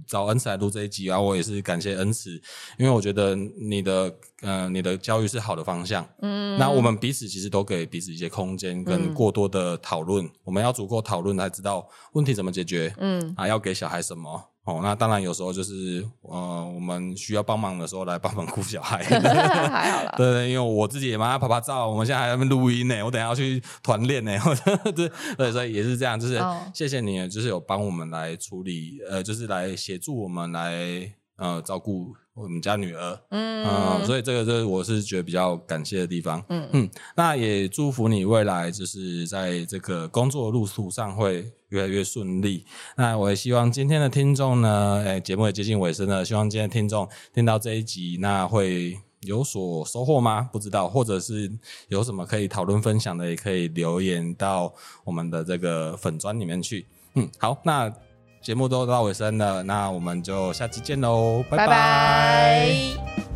找恩慈来录这一集啊，我也是感谢恩慈，因为我觉得你的呃你的教育是好的方向，嗯，那我们彼此其实都给彼此一些空间跟过多的讨论，我们要足够讨论才知道问题怎么解决，
嗯，
啊，要给小孩什么。哦，那当然，有时候就是呃，我们需要帮忙的时候来帮忙顾小孩。
还好啦。
对 对，因为我自己也帮他拍拍照，我们现在还在那边录音呢，我等一下要去团练呢， 我对对，所以也是这样，就是
哦
谢谢你，就是有帮我们来处理，呃，就是来协助我们来呃照顾我们家女儿，嗯、
嗯，
所以这个就是我是觉得比较感谢的地方，
嗯
嗯嗯，那也祝福你未来就是在这个工作路途上会越来越顺利，那我也希望今天的听众呢，哎，节目也接近尾声了，希望今天的听众听到这一集，那会有所收获吗？不知道，或者是有什么可以讨论分享的，也可以留言到我们的这个粉砖里面去。嗯，好，那节目都到尾声了，那我们就下期见喽，拜拜
拜拜